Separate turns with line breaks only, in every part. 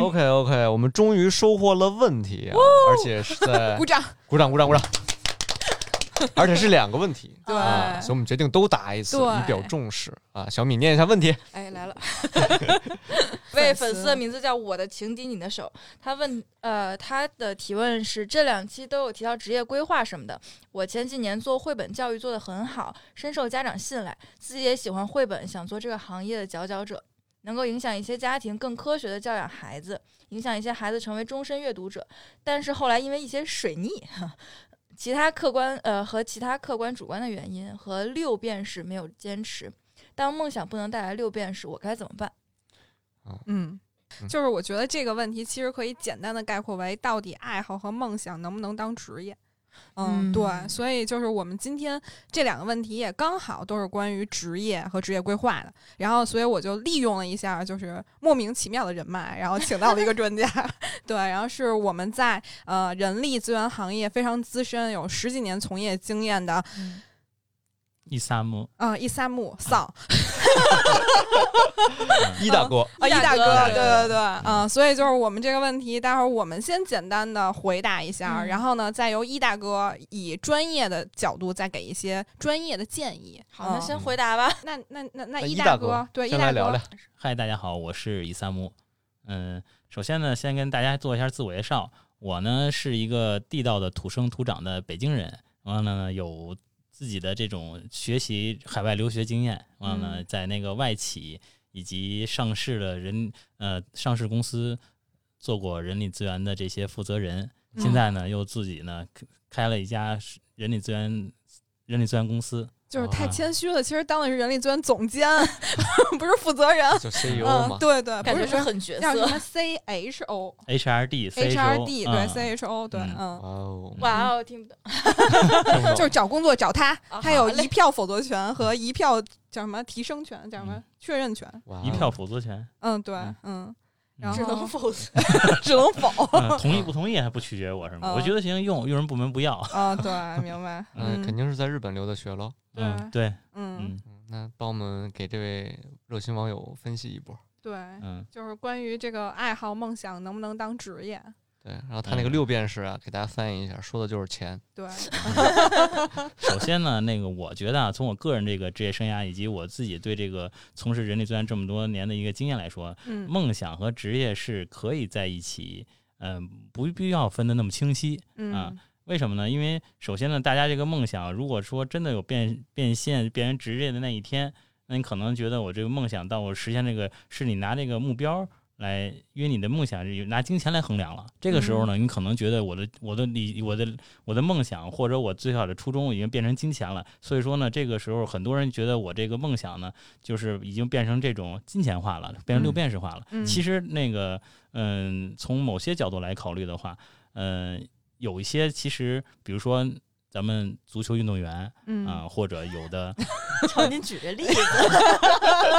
OK OK，我们终于收获了问题、
哦
啊，而且是 在
鼓掌，
鼓掌鼓掌鼓 掌，而且是两个问题，
对
啊，所以我们决定都答一次，
对
以表重视啊。小米念一下问 题，
哎来了，
为
粉
粉
丝
丝的名字叫《我的情敌你的手》，他问，呃，他的提问是这两期都有提到职业规划什么的。我前几年做绘本教育做得很好，深受家长信赖，自己也喜欢绘本，想做这个行业的佼佼者，能够影响一些家庭更科学的教养孩子，影响一些孩子成为终身阅读者。但是后来因为一些水逆。其他客观呃和其他客观主观的原因和六便士没有坚持，当梦想不能带来六便士，我该怎么办？
嗯
嗯。
就是我觉得这个问题其实可以简单的概括为，到底爱好和梦想能不能当职业？嗯，
嗯
对，所以就是我们今天这两个问题也刚好都是关于职业和职业规划的，然后所以我就利用了一下就是莫名其妙的人脉，然后请到了一个专家， 对，然后是我们在呃人力资源行业非常资深，有十几年从业经验的
一三木，
呃一三木丧，
一大哥，
啊，
一
一
大
大
哥
哥，对
对
对对，嗯，所以就是我们这个问题，待会儿我们先简单的回答一下，
嗯
然后呢，再由一大哥以专业的角度再给一些专业的建议。
好，那
嗯
先回答吧。
那那那那
那
一
一
大
大
哥
哥，
对一
先
大
来聊
哥
聊，
嗨，大家好，我是一三木。嗯，首先呢，先跟大家做一下自我介绍。我呢是一个地道的土生土长的北京人，完了呢有自己的这种学习海外留学经验，完了呢
嗯
在那个外企以及上市的人呃上市公司做过人力资源的这些负责人，
嗯
现在呢又自己呢开了一家人力资源人力资源公司，
就是太
啊
谦虚了，其实当的是人力资源总监，不是负责人。
就 CEO
嗯
E 嘛，，
对对，
感
不
觉
是
是很角
叫什
色。
么 E CHO、
HRD、CHO
HRD，
嗯
对 CHO，对，
嗯
嗯
哇。哦，
哇哦，听不懂。
就是找工作找他，
啊
嗯他有
好嘞
一票否决权和一票叫什么提升权，叫什么
嗯
确认权。
哇哦
一票否决权。
嗯，对
嗯，
嗯，
嗯
然
只能
后
否
只能否。
嗯同意不同意还不取决于我是吗？
嗯
我觉得行，用用人部门不要。
啊，对，明白。
嗯，肯
嗯
定是在日本留的学喽。
对
嗯，对，
嗯，
嗯
嗯那帮我们给这位热心网友分析一波。
对，
嗯，
就是关于这个爱好梦想能不能当职业？
对，然后他那个
嗯
六便士啊，给大家翻译一下，说的就是钱。
对，
首先呢，那个我觉得啊，从我个人这个职业生涯以及我自己对这个从事人力资源这么多年的一个经验来说，
嗯
梦想和职业是可以在一起，嗯、不必要分得那么清晰。
嗯
为什么呢？因为首先呢，大家这个梦想，如果说真的有变变现、变成职业的那一天，那你可能觉得我这个梦想到我实现这个，是你拿这个目标来约你的梦想，是拿金钱来衡量了。这个时候呢，你可能觉得我的我的理我的我的梦想或者我最小的初衷已经变成金钱了。所以说呢，这个时候很多人觉得我这个梦想呢，就是已经变成这种金钱化了，变成六
嗯
便士化了。
嗯
其实那个，嗯，从某些角度来考虑的话，嗯、有一些其实，比如说咱们足球运动员啊、
嗯，
或者有的
瞅您举个例子，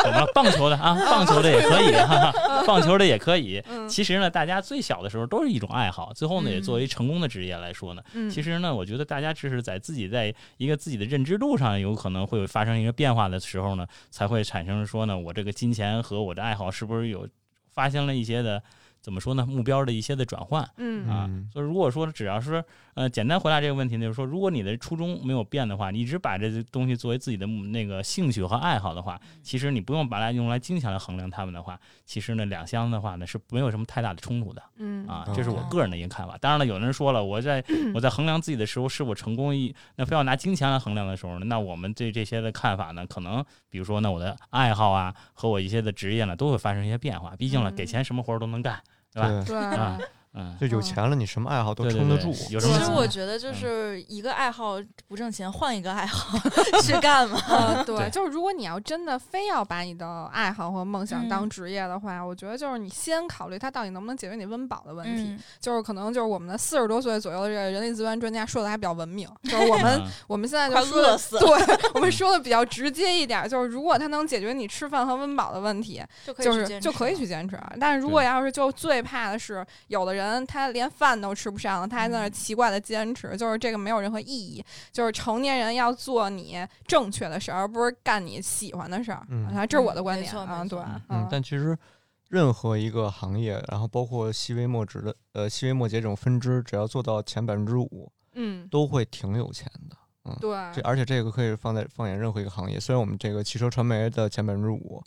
怎么了棒球的啊，棒球的也可以，哈哈， 棒球的也可以。
嗯
其实呢，大家最小的时候都是一种爱好，最后呢，也作为成功的职业来说呢，
嗯，
其实呢，我觉得大家只是在自己在一个自己的认知路上有可能会有发生一个变化的时候呢，才会产生说呢，我这个金钱和我的爱好是不是有发生了一些的怎么说呢，目标的一些的转换
嗯
啊
嗯。
所以如果说只要是呃简单回答这个问题呢，就是说，如果你的初衷没有变的话，你一直把这个东西作为自己的目那个兴趣和爱好的话，其实你不用把它用来金钱来衡量它们的话，其实呢，两相的话呢是没有什么太大的冲突的。
嗯
啊，
嗯
这是我个人的一个看法。当然了，有人说了，我在我在衡量自己的时候，是我成功一那非要拿金钱来衡量的时候呢，那我们对这些的看法呢，可能比如说呢，我的爱好啊和我一些的职业呢，都会发生一些变化。毕竟了，
嗯
给钱什么活儿都能干，对吧？
对，
对
啊 嗯，
就有钱了，你什么爱好都撑得住。
对对对有什
其
么
实我觉得
嗯
就是一个爱好不挣钱，换一个爱好去干嘛。
啊，对，
对
就是如果你要真的非要把你的爱好和梦想
嗯
当职业的话，我觉得就是你先考虑它到底能不能解决你温饱的问题。
嗯，
就是可能就是我们的四十多岁左右的这个人力资源专家说的还比较文明，就是我们
嗯
我们现在
快
就说
饿
的
死了
对我们说的比较直接一点，就是如果它能解决你吃饭和温饱的问题，
就可以
就
去
是
坚
就
持
啊可以去坚持。但是如果要是就最怕的是，有的人人他连饭都吃不上了，他还在那
嗯
儿奇怪的坚持，就是这个没有任何意义。就是成年人要做你正确的事儿，而不是干你喜欢的事儿。
嗯
啊，这是我的观
没
点
错
啊，
没
对
错，
嗯，但其实任何一个行业，然后包括细微末节的呃细微末节这种分支，只要做到前百分之五，
嗯，
都会挺有钱的。这
对，
而且这个可以放在放眼任何一个行业，虽然我们这个汽车传媒的前百分之五，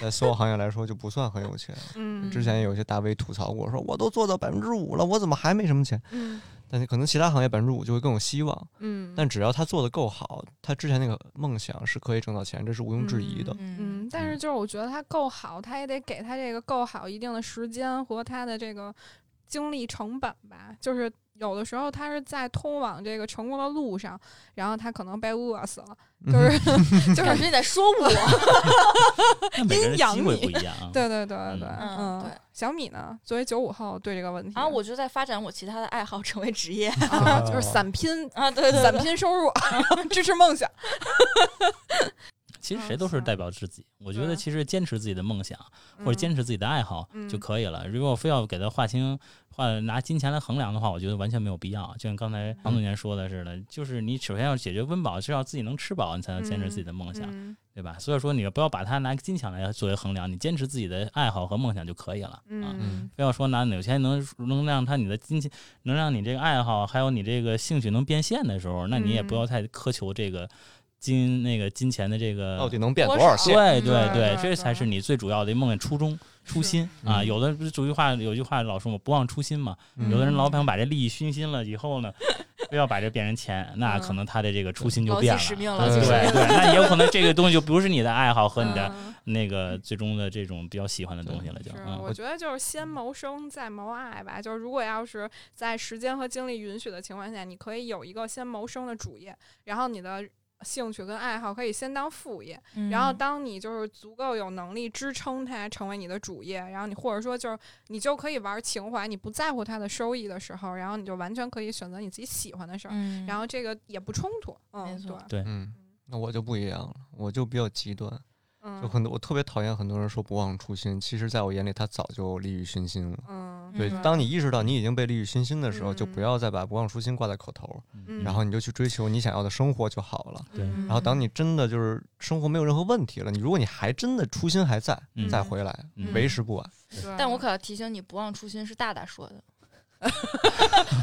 在所有行业来说就不算很有钱。
嗯，
之前也有一些大 V 吐槽过，说我都做到百分之五了，我怎么还没什么钱？
嗯
但是可能其他行业百分之五就会更有希望。
嗯，
但只要他做的够好，他之前那个梦想是可以挣到钱，这是毋庸置疑的。
嗯
嗯，但是就是我觉得他够好，他也得给他这个够好一定的时间和他的这个精力成本吧。就是有的时候他是在通往这个成功的路上，然后他可能被饿死了，就
嗯
是、就
感
是
觉你在说我，
那每个人
阴
的
阳
机会
你
不一样啊。
对对对对对，啊
嗯
嗯，
对
小米呢，作为九五后对这个问题
然后我就在发展我其他的爱好，成为职业
啊
哦
就是散拼。
啊，对对
散
对，
拼收入，支持梦想。
其实
嗯
谁都是
行
代表自己，我觉得
对
其实坚持自己的梦想或者坚持自己的爱好就
嗯
可以了。如果非要给它划清、划拿金钱来衡量的话，我觉得完全没有必要。就像刚
嗯
才唐总监说的似的，就是你首先要解决温饱，是要自己能吃饱，你才能坚持自己的梦想，
嗯
对吧？所以说，你不要把它拿金钱来作为衡量，你坚持自己的爱好和梦想就可以了啊。
嗯
非要说拿有钱能能让他你的金钱，能让你这个爱好还有你这个兴趣能变现的时候，那你也不
嗯
要太苛求这个金那个金钱的这个
到底能变
多
多少
少
线？
对
嗯对
对对，这才是你最主要的梦想初衷、初心啊！
嗯
有的不是有句话，有句话老说嘛，不忘初心嘛。
嗯
有的人老想把这利益熏心了以后呢， 非要把这变成钱，那可能他的这个初心就
牢记
变了。
使命，牢
对
记使
对
命。
对，那也有可能这个东西就不是你的爱好和你的
嗯，
那个最终的这种比较喜欢的东西了，就是嗯
我觉得就是先谋生再谋爱吧。就是如果要是在时间和精力允许的情况下，你可以有一个先谋生的主业，然后你的兴趣跟爱好可以先当副业，然
嗯
后当你就是足够有能力支撑它成为你的主业，然后你或者说就是你就可以玩情怀，你不在乎它的收益的时候，然后你就完全可以选择你自己喜欢的事儿，
嗯，
然后这个也不冲突。
没
嗯，
错
对，
嗯，那我就不一样了，我就比较极端，就
嗯
很多我特别讨厌很多人说不忘初心，其实在我眼里他早就利欲熏心了。
嗯，
对，
嗯
当你意识到你已经被利欲熏心的时候，就
嗯
不要再把不忘初心挂在口头，
嗯
然后你就去追求你想要的生活就好了。
对
嗯
然后当你真的就是生活没有任何问题了，你如果你还真的初心还在，
嗯
再回来
嗯
为时不晚。
对
但我可要提醒你，不忘初心是大大说的。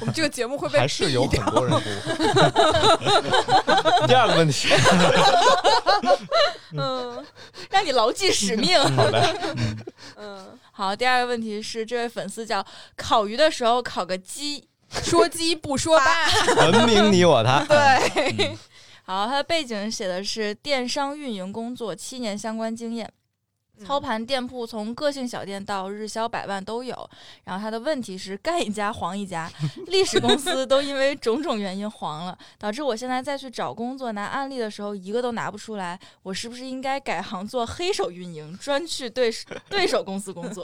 我们这个节目会被
还是有
毙
很
掉
多人 不会。第二个问题，
嗯
让你牢记使 命。
好的，
嗯，
好，第二个问题是，这位粉丝叫烤鱼的时候烤个鸡。
说鸡不说八。
文明你我 他。
对，
嗯
好，它的背景写的是电商运营工作七年相关经验，
嗯
操盘店铺从个性小店到日销百万都有。然后他的问题是干一家黄一家，历史公司都因为种种原因黄了，导致我现在再去找工作拿案例的时候一个都拿不出来。我是不是应该改行做黑手运营，专去对手对手公司工作？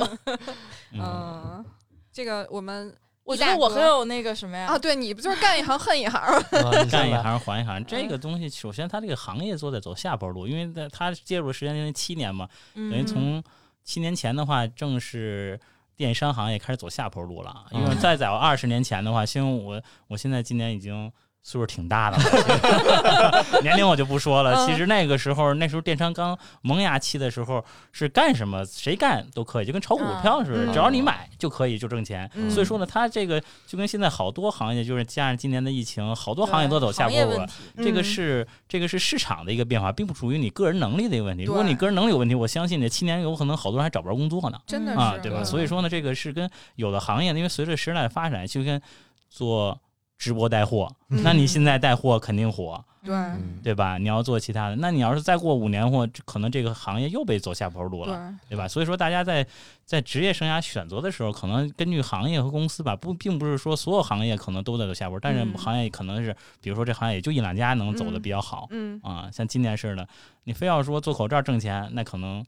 嗯，
嗯，这个我们
我觉得我很有那个什么呀，
啊，对你不就是干一行恨一行 吗？
啊你
干
先
一
来
行还一行，这个东西首先它这个行业都在走下坡路，因为在它介入的时间因为七年嘛，
嗯，
等于从七年前的话，正是电商行业开始走下坡路了。因为
嗯
再早二十年前的话，因为我我现在今年已经岁数挺大的了，年龄我就不说了。
嗯
其实那个时候，那时候电商刚萌芽期的时候，是干什么谁干都可以，就跟炒股票似的，
嗯
只要你买就可以就挣钱。
嗯
所以说呢，它这个就跟现在好多行业，就是加上今年的疫情，好多行业都走
行
下坡
业
路
问
了。
题。
这个
嗯
是这个是市场的一个变化，并不属于你个人能力的一个问题。如果
对
你个人能力有问题，我相信这七年有可能好多人还找不着工作呢，
真的
嗯
是
啊，对吧？所以
说，
说呢，这个是跟有的行业，因为随着时代发展，就跟做直播带货，
嗯
那你现在带货肯定火，
对
嗯
对吧？你要做其他的，那你要是再过五年或可能这个行业又被走下坡路
对
了，对吧？所以说，大家在在职业生涯选择的时候，可能根据行业和公司吧，不，并不是说所有行业可能都在走下坡，但
嗯
是行业可能是，比如说这行业也就一两家能走的比较好
嗯，
啊。像今年似的，你非要说做口罩挣钱，那可 能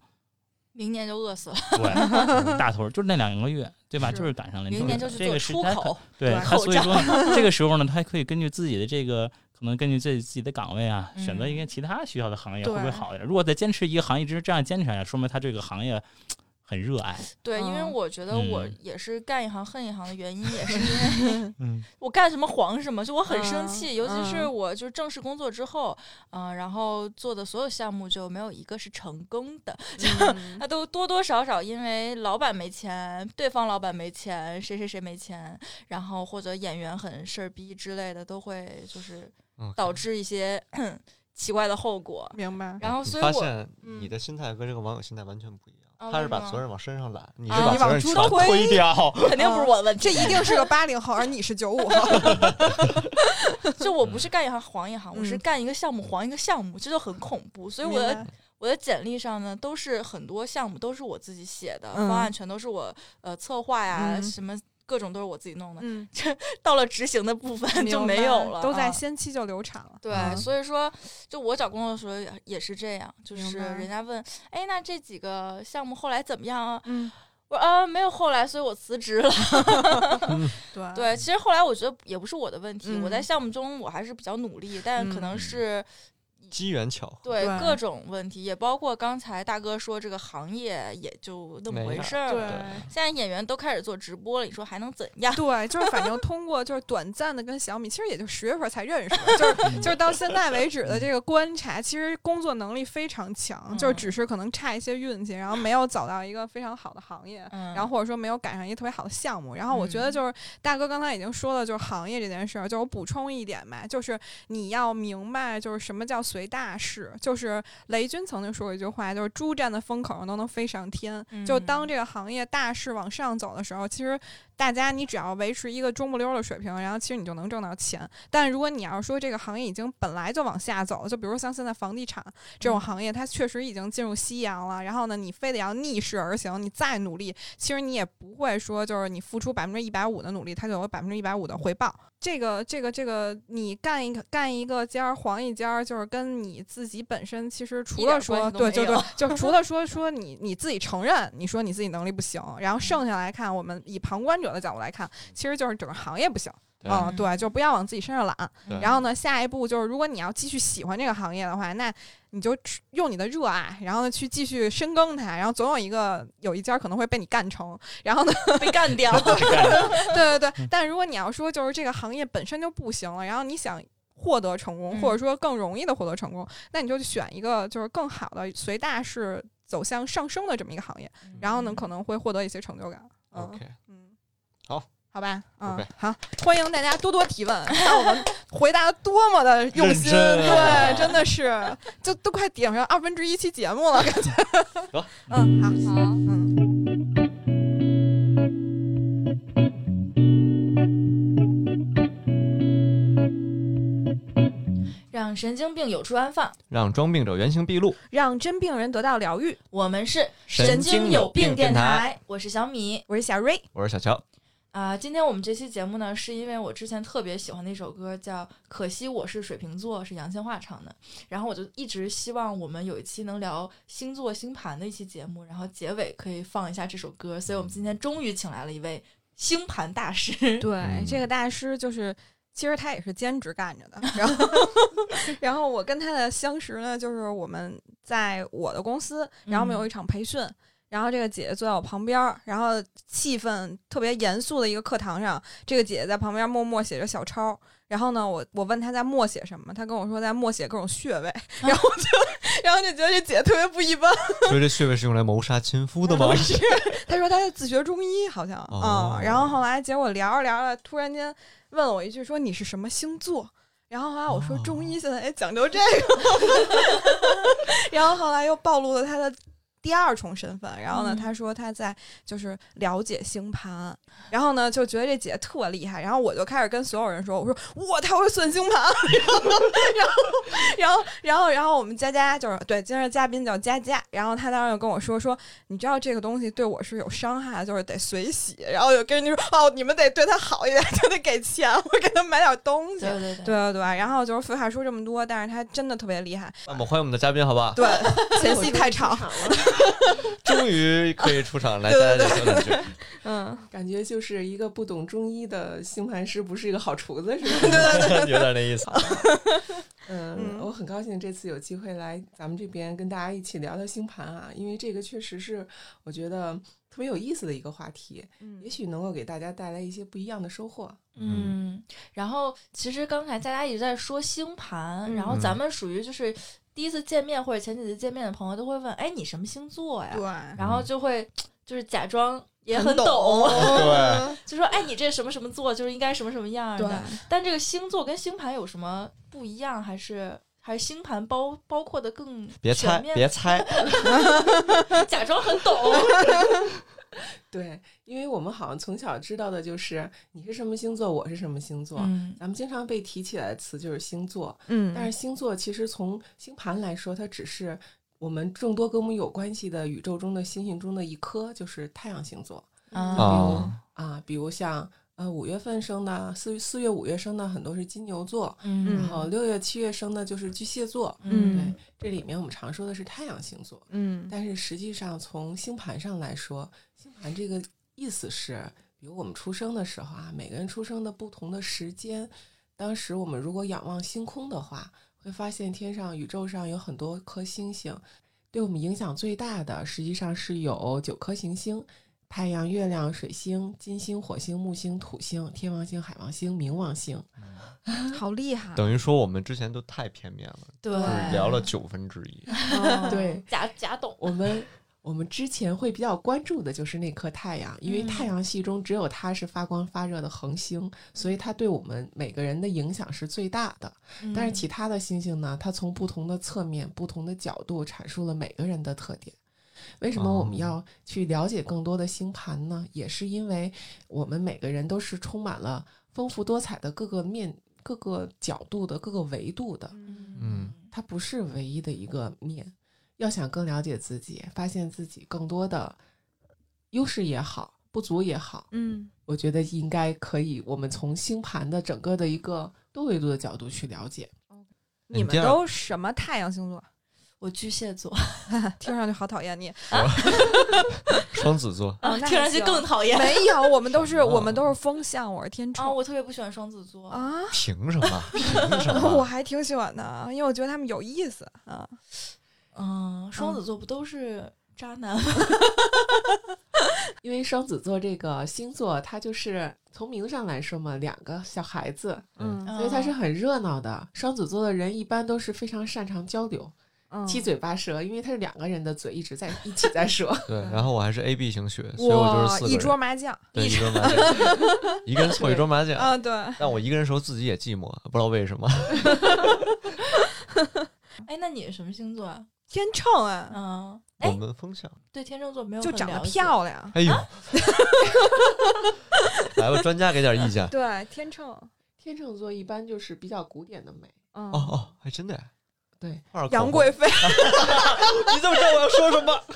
明年就饿死了，
对大头就是那两个月，对吧？
是
就是赶上了。你
明
说
年就去
这
做
个时
出
它可
口。
对
对
他，
口
所以
罩
说 这个时候呢，他可以根据自己的这个，可能根据自己自己的岗位啊，选
嗯
择一个其他需要的行业
对
会不会好一点？如果再坚持一个行业一直这样坚持下来，说明他这个行业很热爱。
对，因为
嗯
我觉得我
嗯
也是干一行恨一行的原因，也是 因为
嗯
我干什么黄什么，就我很生
嗯
气。尤其是
嗯
我就正式工作之后，嗯、然后做的所有项目就没有一个是成功的，
嗯
他都多多少少因为老板没钱，对方老板没钱，谁谁谁没钱，然后或者演员很事儿逼之类的，都会就是
嗯，
导致一些 奇怪的后果。
明白。
然后，
你
所以
发
我
现
嗯
你的心态跟这个网友心态完全不一样，
啊
他是
为什
把
么
责 任往身上揽，你是
啊
把
你
责
往
任
猪
全
头推
推掉。
肯定不是我的问题，
这 一定是个八零后，而你是九 五后。
就我
嗯
不是干一行黄一行，我是
嗯
干一个项目黄一个项目，这就很恐怖。所以我
明
的
白
我的简历上呢，都是很多项目都是我自己写的，
嗯
方案全都是我呃策划呀、
嗯
什么。各种都是我自己弄的，
嗯，
到了执行的部分就没
明白
有了，
都在
啊
先期就流产了。
对，
嗯
所以说，就我找工作的时候也也是这样，就
明
是
白
人家问，哎，那这几个项目后来怎么样啊？
嗯，
我说呃没有后来，所以我辞职了。
啊
对
对，其实后来我觉得也不是我的问题，我在
嗯
项目中我还是比较努力，但可能
嗯
是
机缘巧合，
对
对
各种问题，也包括刚才大哥说这个行业也就那么
没
回
了
事儿了。
对
现在演员都开始做直播了，你说还能怎 样？
对，就是反正通过就是短暂的跟小米，其实也就十月份才认识， 就是
嗯
就是到现在为止的这个观察，其实工作能力非常强，就是
嗯
只是可能差一些运气，然后没有找到一个非常好的行业。
嗯，
然后或者说没有赶上一个特别好的项目，然后我觉得
嗯
就是大哥刚才已经说了，就是行业这件事儿，就是我补充一点吧，就是你要明白就是什么叫随大势，就是雷军曾经说过一句话，就是猪站在风口上都能飞上天，就
嗯
当这个行业大势往上走的时候，其实大家你只要维持一个中不溜儿的水平，然后其实你就能挣到钱。但如果你要是说这个行业已经本来就往下走，就比如像现在房地产这种
嗯
行业，它确实已经进入夕阳了。然后呢，你非得要逆势而行，你再努力，其实你也不会说就是你付出百分之一百五的努力，它就有百分之一百五的回报。这个这个这个，你干一个干一个尖儿黄一尖儿，就是跟你自己本身其实
一
除
点
了说
关系都
对
没
就对
有
就除 了说说你你自己承认你说你自己能力不行，然后剩下来看，我们以旁观者的角度来看，其实就是整个行业不行。
对嗯
嗯，对，就不要往自己身上揽。
对
然后呢，下一步就是，如果你要继续喜欢这个行业的话，那你就去用你的热爱，然后呢去继续深耕它，然后总有一个有一家可能会被你干成。然后呢，
被 干掉，
对对
嗯
对。但如果你要说就是这个行业本身就不行了，然后你想获得成功，
嗯
或者说更容易的获得成功，那你就选一个就是更好的随大势走向上升的这么一个行业，然后呢可能会获得一些成就感。
嗯
嗯
OK，
嗯，
好，
好吧，嗯
OK，
好，欢迎大家多多 提问，看我们回答得多么的用心，
认真啊
对，真的是，就都快顶上二分之一期节目了，感觉。
得，
嗯，好，
好。
嗯。
让神经病有处安放。
让装病者原形毕露。
让真病人得到疗愈。
我们是
神经有病电台，
我是小米
我是小瑞，
我是小乔，
啊、今天我们这期节目呢，是因为我之前特别喜欢的一首歌叫《可惜我是水瓶座》，是杨千嬅唱的。然后我就一直希望我们有一期能聊星座星盘的一期节目，然后结尾可以放一下这首歌。所以我们今天终于请来了一位星盘大师。
对，
嗯
这个大师就是，其实他也是兼职干 着的。然后， 然后我跟他的相识呢，就是我们在我的公司，然后我们
嗯
有一场培训。然后这个姐姐坐在我旁边儿，然后气氛特别严肃的一个课堂上，这个姐姐在旁边默默写着小抄。然后呢，我我问她在默写什么，她跟我说在默写各种穴位， 然后我就然后就觉得这姐姐特别不一般。
所以这穴位是用来谋杀亲夫 的吗？
他说他是自学中医，好像啊、
哦
嗯。然后后来结果聊着聊着，突然间问了我一句说你是什么星座？然后后来我说
哦
中医现在也讲究这个， 然后后来又暴露了他的第二重身份。然后呢，
嗯
他说他在就是了解星盘，然后呢就觉得这姐特厉害。然后我就开始跟所有人说，我说哇，他会算星盘。然后，然后，然后我们佳佳就是对，今天嘉宾叫佳佳，然后她当时就跟我说说，你知道这个东西对我是有伤害的，就是得随喜，然后就跟人家说哦，你们得对他好一点，就得给钱，我给他买点东西。
对对
对，对对，然后就是废 话说这么多，但是他真的特别厉害。
那我们欢迎我们的嘉宾，好吧？
对，前戏太长，
了。
终于可以出 场来，大
对
家
对
再说两句。
嗯，
感觉就是一个不懂中医的星盘师不是一个好厨子 似的。
有点那意思。
嗯，我很高兴这次有机会来咱们这边跟大家一起聊聊星盘啊，因为这个确实是我觉得特别有意思的一个话题，也许能够给大家带来一些不一样的收获。
嗯，然后其实刚才大家一直在说星盘，
嗯
然后咱们属于就是第一次见面或者前几次见面的朋友都会问，哎，你什么星座呀？
对，
然后
嗯
就会就是假装也
很
很
懂哦
对，
就说哎，你这什么什么座，就是应该什么什么样儿
对
的。，但这个星座跟星盘有什么不一样？还是还是星盘包包括的更
别猜
全，面
别猜，
假装很懂。
对，因为我们好像从小知道的就是你是什么星座，我是什么星座。
嗯
咱们经常被提起来的词就是星座，但
嗯
是星座其实从星盘来说，它只是我们众多跟我们有关系的宇宙中的星星中的一颗，就是太阳星座。
嗯
哦
啊，比如像呃五月份生的，四四月五月生的很多是金牛座，
嗯
然后六月七月生的就是巨蟹座。
嗯
对，这里面我们常说的是太阳星座，
嗯
但是实际上从星盘上来说，星盘这个意思是，比如我们出生的时候啊，每个人出生的不同的时间，当时我们如果仰望星空的话，会发现天上宇宙上有很多颗星星，对我们影响最大的实际上是有九颗行星。太阳、月亮、水星、金星、火星、木星、土星、天王星、海王星、冥王星，
好厉害，
等于说我们之前都太片面了，
对
就是聊了九分之一。
哎
哦
对，
假假懂。
我们 我们之前会比较关注的就是那颗太阳，因为
嗯
太阳系中只有它是发光发热的恒星，所以它对我们每个人的影响是最大的。
嗯
但是其他的星星呢，它从不同的侧面、不同的角度阐述了每个人的特点。为什么我们
哦
要去了解更多的星盘呢？也是因为我们每个人都是充满了丰富多彩的各个面、各个角度的各个维度的。
嗯
它不是唯一的一个面。要想更了解自己，发现自己更多的优势也好，不足也好，
嗯
我觉得应该可以，我们从星盘的整个的一个多维度的角度去了解。
你们
第二
都什么太阳星座？
我巨蟹座，
听上去好讨厌你。
双子座，
哦那
啊听上
还
去
行
更讨厌
没有，我们都是
什么
我们都是风象，我是天
啊！
秤
我特别不喜欢双子座。
啊。
凭什么？凭什
我
么？
还挺喜欢的，因为我觉得他们有意思啊。
嗯，双子座不都是渣男吗？
因为双子座这个星座，它就是从名字上来说嘛，两个小孩子，
嗯
所以它是很热闹的。双子座的人一般都是非常擅长交流，
嗯
七嘴八舌，因为他是两个人的嘴一直在一起在说。
对，然后我还是 A B 型血，所以我就是
嗯哇
四，个人
一桌麻将
对一桌麻将，一个人凑一桌麻将。
啊，对，
但我一个人的时候自己也寂寞，不知道为什么。
哎，那你是什么星座啊？
天秤啊，
嗯，
我
哎，
们风向，
对天秤座没有
就
很
长得
了解
漂亮，
哎呦， 来吧，专家给点意见。
对，天秤，
天秤座一般就是比较古典的美，
嗯
哦，哦，还真的哎，
对，
画点口
杨
红
贵妃，
你怎么知道我要说什么？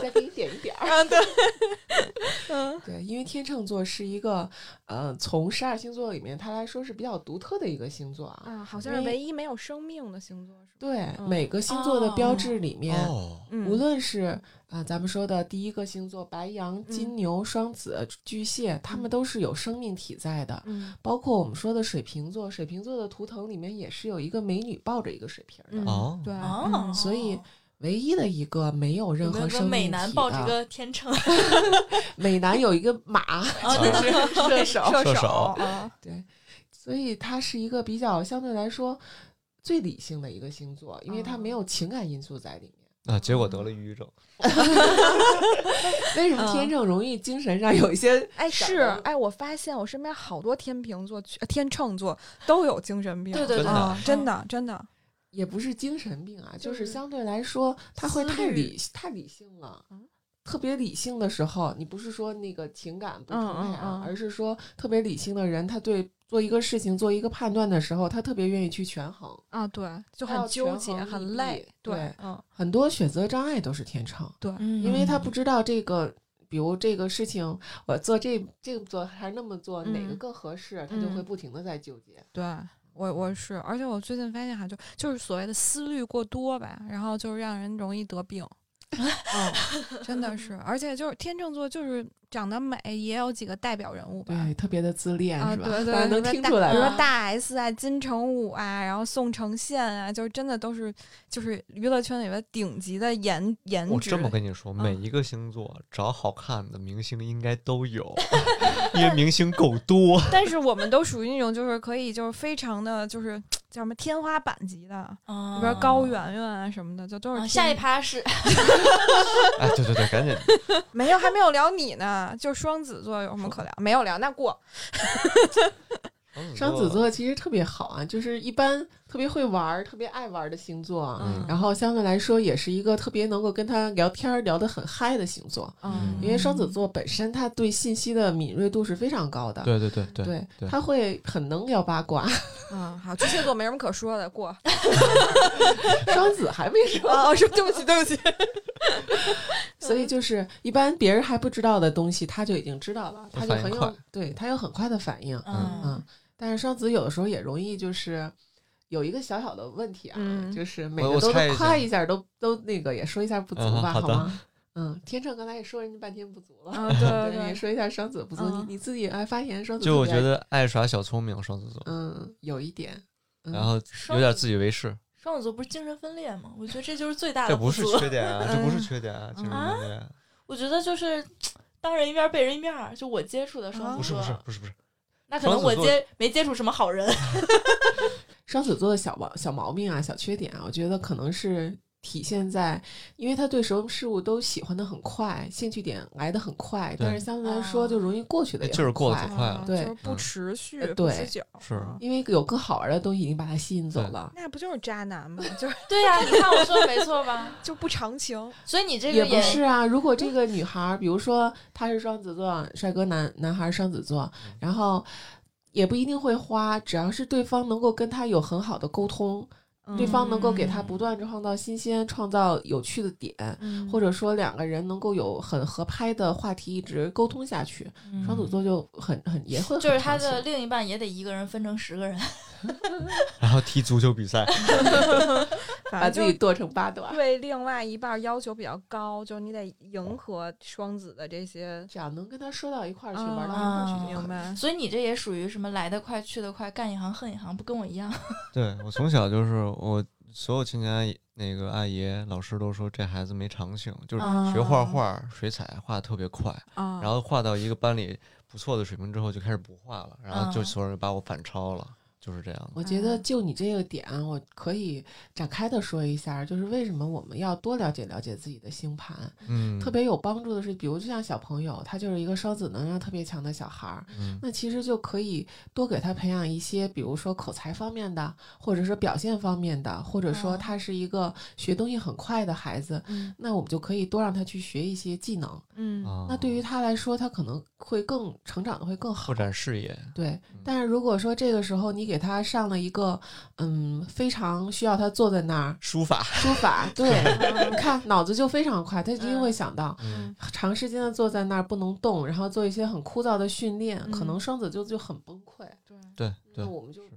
再给你点一点儿。
啊，对，嗯
对，因为天秤座是一个，呃，从十二星座里面，它来说是比较独特的一个星座啊。
啊，好
像是唯
一没有生命的星座，是吧？
对，
嗯
每个星座的标志里面，
哦，
嗯，
无论是啊、呃咱们说的第一个星座白羊、金
嗯
牛、双子、巨蟹，它们都是有生命体在的。
嗯
包括我们说的水瓶座，水瓶座的图腾里面也是有一个美女抱着一个水瓶的，
嗯
哦
对，
哦，
嗯
所以唯一的一个没有任
有没有
何
个
生命体的
美男抱着个天秤？啊，
美男有一个马，
那是射手。
啊嗯
射
射
手
啊，
对，所以它是一个比较相对来说最理性的一个星座，因为它没有情感因素在里面。
啊，结果得了抑郁症。
为什么天秤容易精神上有一些？
哎
小
是
的
哎，我发现我身边好多天秤座、呃天秤座都有精神病，
对对
真
对
的
啊，真的真的，
也不是精神病啊，就
就是是
相对来说，他会
思
太
虑
理太理性了。特别理性的时候，你不是说那个情感不
嗯
充沛
嗯嗯，
啊而是说特别理性的人，他对做一个事情、做一个判断的时候，他特别愿意去权衡，
啊，对，就
他
很
要
纠
权
结，
衡利
很
弊
累，
对
嗯，
很多选择障碍都是天秤。
对，
嗯
因为他不知道这个，比如这个事情，我做这这个做还是那么做，哪个
嗯
更合适，他就会
嗯
不停的在纠结。
对，我我是，而且我最近发现哈，就就是所谓的思虑过多吧，然后就让人容易得 病。嗯，真的是，而且就是天秤座，就是长得美也有几个代表人物吧，
对，特别的自恋
啊，
是
对对对，
吧？ 大嗯家能
比如
听
大
出来
比如
吧
说大 S 啊、金城武啊，然后宋承宪啊，就是真的都是就是娱乐圈里边顶级的颜颜
我
值。
哦这么跟你说，
嗯
每一个星座找好看的明星应该都有，因为明星够多。
但是我们都属于那种就是可以就是非常的就是叫什么天花板级的，
里
里
哦
边高圆圆啊什么的，就都是天、
哦下一趴是
哎，对对对，赶紧
没有还没有聊你呢，就双子座有什么可聊？没有聊那过，
嗯双子，座其实特别好啊，就是一般特别会玩儿、特别爱玩儿的星座，啊
嗯
然后相对来说也是一个特别能够跟他聊天儿聊得很嗨的星座。
嗯
因为双子座本身他对信息的敏锐度是非常高的，
对对对对对
他会很能聊八卦。
嗯，好，巨蟹座没什么可说的，过。
双子还没说，
哦，说对不起，对不起。
所
嗯
以就是一般别人还不知道的东西，他就已经知道了，他就
反应
很有
快
对他有很快的反应。
嗯
嗯，但是双子有的时候也容易就是有一个小小的问题啊，
嗯
就是每
我
个
我
都
猜一下
夸一下，都都那个也说一下不足
嗯
吧，
好的
吗？嗯，天秤刚才也说人家半天不足了，
嗯，对对
对，也
对，
说一下双子不足，
嗯
你你自己来发言， 双子
就我
特别
觉得爱耍小聪明，双子座，
嗯有一点，嗯、
然后有点自以为是，
双子座不是精神分裂吗？我觉得这就是最大的
这不是
足
缺点啊，这不是
嗯
缺点啊，精神
啊
分裂啊，
我觉得就是当人一面儿被人一面儿，就我接触的双
不
子
是
座，
不是不是不是，
那可能
双
我
子座
接没接触什么好人。
双子座的小毛小毛病啊、小缺点啊，我觉得可能是体现在，因为他对什么事物都喜欢的很快，兴趣点来的很快，
对哎
但是相对来说
啊
就容易过去的也
就是
很
过得
快
太快了
嗯
对
就是不持续
呃，
不
对
持久，
是
嗯
因为有更好玩的东西已经把他吸引走了。
那不就是渣男吗？就是
对呀、你看我说的没错吧？
就不 长情，
所以你这
也
个
不是啊，如果这个女孩儿，比如说她是双子座，帅哥男男孩儿双子座，
嗯
然后也不一定会花，只要是对方能够跟她有很好的沟通，
嗯
嗯
对方能够给她不断创造新鲜、创造有趣的点，
嗯
或者说两个人能够有很合拍的话题一直沟通下去，双子座
嗯
就很很也会很
嗯就是他
长
的
情
另一半也得一个人分成十个人，
然后踢足球比赛，
把
反
自
正就
己
是
剁成八段，
对另外一半要求比较高，就是你得迎合双子的这些。
只要能跟他说到一块儿去，
啊
玩到一块
哦
儿去就
明
可以。
白，
所以你这也属于什么来得快去得快，干一行恨一行，不跟我一样？
对我从小就是我所有亲戚阿姨那个阿姨老师都说这孩子没长性，就是
嗯
学画画、水彩画得特别快，
啊，
然后画到一个班里不错的水平之后就开始不画了，然后就
啊
所有人把我反超了，就是这样的。
我觉得
嗯
就你这个点啊，我可以展开的说一下，就是为什么我们要多了解了解自己的星盘，
嗯，
特别有帮助的是，比如就像小朋友，他就是一个双子能量特别强的小孩儿，
嗯
那其实就可以多给他培养一些，比如说口才方面的，或者说表现方面的，或者说
哦
他是一个学东西很快的孩子，
嗯
那我们就可以多让他去学一些技能。
嗯，
啊，
那对于他来说，他可能会更成长的会更好
拓。展视野，
对，但是如果说这个时候你给他上了一个，嗯，非常需要他坐在那儿
书法，
书法，对，你看脑子就非常快，他一定会想到。
嗯，
长时间的坐在那儿不能动，然后做一些很枯燥的训练，可
嗯
能双子就就很崩溃。
对，
对对
那，我们就是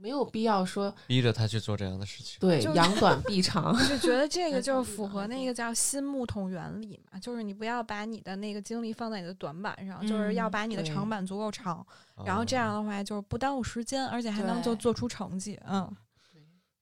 没有必要说
逼着他去做这样的事情。
对
就是
扬短避 长。
我就觉得这个
那
就是
同意
符
的
合那个叫心木桶原理嘛，就是你不要把你的那个精力放在你的短板上，就是要
嗯
把你的
对
长板足够长，
啊
然后这样的话就是不耽误时间，而且还能就
对
做出成绩，嗯。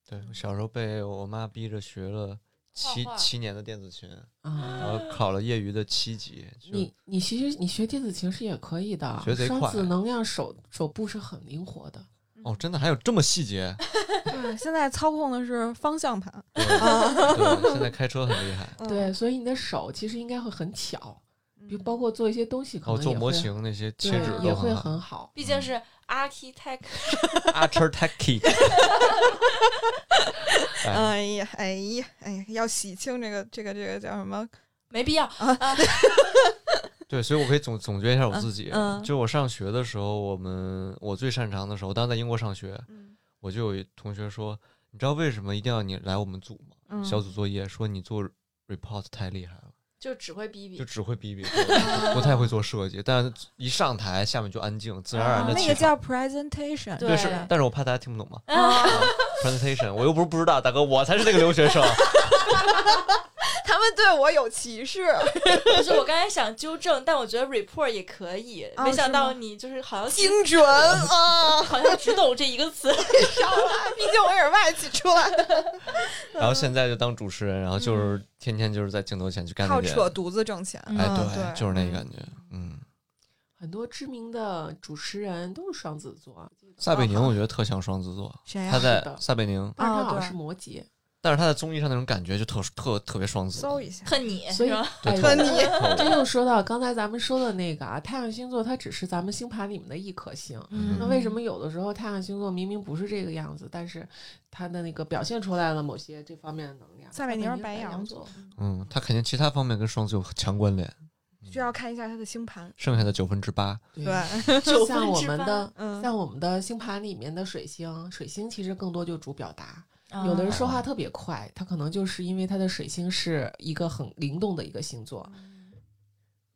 对，我小时候被我妈逼着学了七
画画
七年的电子 琴，
啊，
然后考了业余的七级。就
你你其实你学电子琴是也可以的
学，贼
双
快
子能量手手部是很灵活的。
哦，真的还有这么细节？
对，现在操控的是方向盘，
对，对现在开车很厉害，
嗯
对，所以你的手其实应该会很巧，比如
嗯
包括做一些东西可
哦，
能
做
也
模
会
型那些
对
切纸
也
都
会
很好。
很好。
毕竟是 architect，
Archer Techie，哎
哎呀，哎呀，哎呀，要洗清这个这个这个叫什么？
没必要。
对，所以我可以总总结一下我自己。
嗯嗯
就我上学的时候，我们我最擅长的时候，当时在英国上学，
嗯
我就有一同学说，你知道为什么一定要你来我们组吗？
嗯
小组作业说你做 report 太厉害了，
就只会逼逼
就。只会逼逼，对不太会做设计，但一上台下面就安静，自然而然
啊
的
哦
那
那
气
个
场。
叫 presentation，
对
对，是，但是我怕大家听不懂嘛。
啊
presentation，我又不是不知道，大哥，我才是那个留学生。
他们对我有歧视。
不是，我刚才想纠正，但我觉得 report 也可以，
哦
没想到
是
你就是好像只
精 准啊！
好像只懂这一个词。
毕竟我也是外企出来的，
然后现在就当主持人，然后就是天天就是在镜头前去干
嗯靠
那
扯
些。
犊子挣钱。
哎，
嗯
对，就是那个
嗯
感觉。嗯，
很多知名的主持人都是双子
哦
座，
撒贝宁我觉得特像双子座，
谁
他
哎呀？
在
是的
撒贝宁，
但是他
哦
好
对
像是摩羯，
但是他在综艺上那种感觉就特特特别双子。
搜一下，
恨你
所以
是吧？
对，
哎
特
和你
这又说到刚才咱们说的那个啊，太阳星座它只是咱们星盘里面的一颗星。
嗯
那为什么有的时候太阳星座明明不是这个样子，但是它的那个表现出来了某些这方面的能量？
撒贝宁是
是
白羊
羊
座，
嗯，他肯定其他方面跟双子有强关联。
需要看一下他的星盘？
剩下的九分之八，
对
对，
九分
像我
之
们
八
的，
嗯
像我们的星盘里面的水星，水星其实更多就主表达。
啊
有的人说话特别快，他可能就是因为他的水星是一个很灵动的一个星座。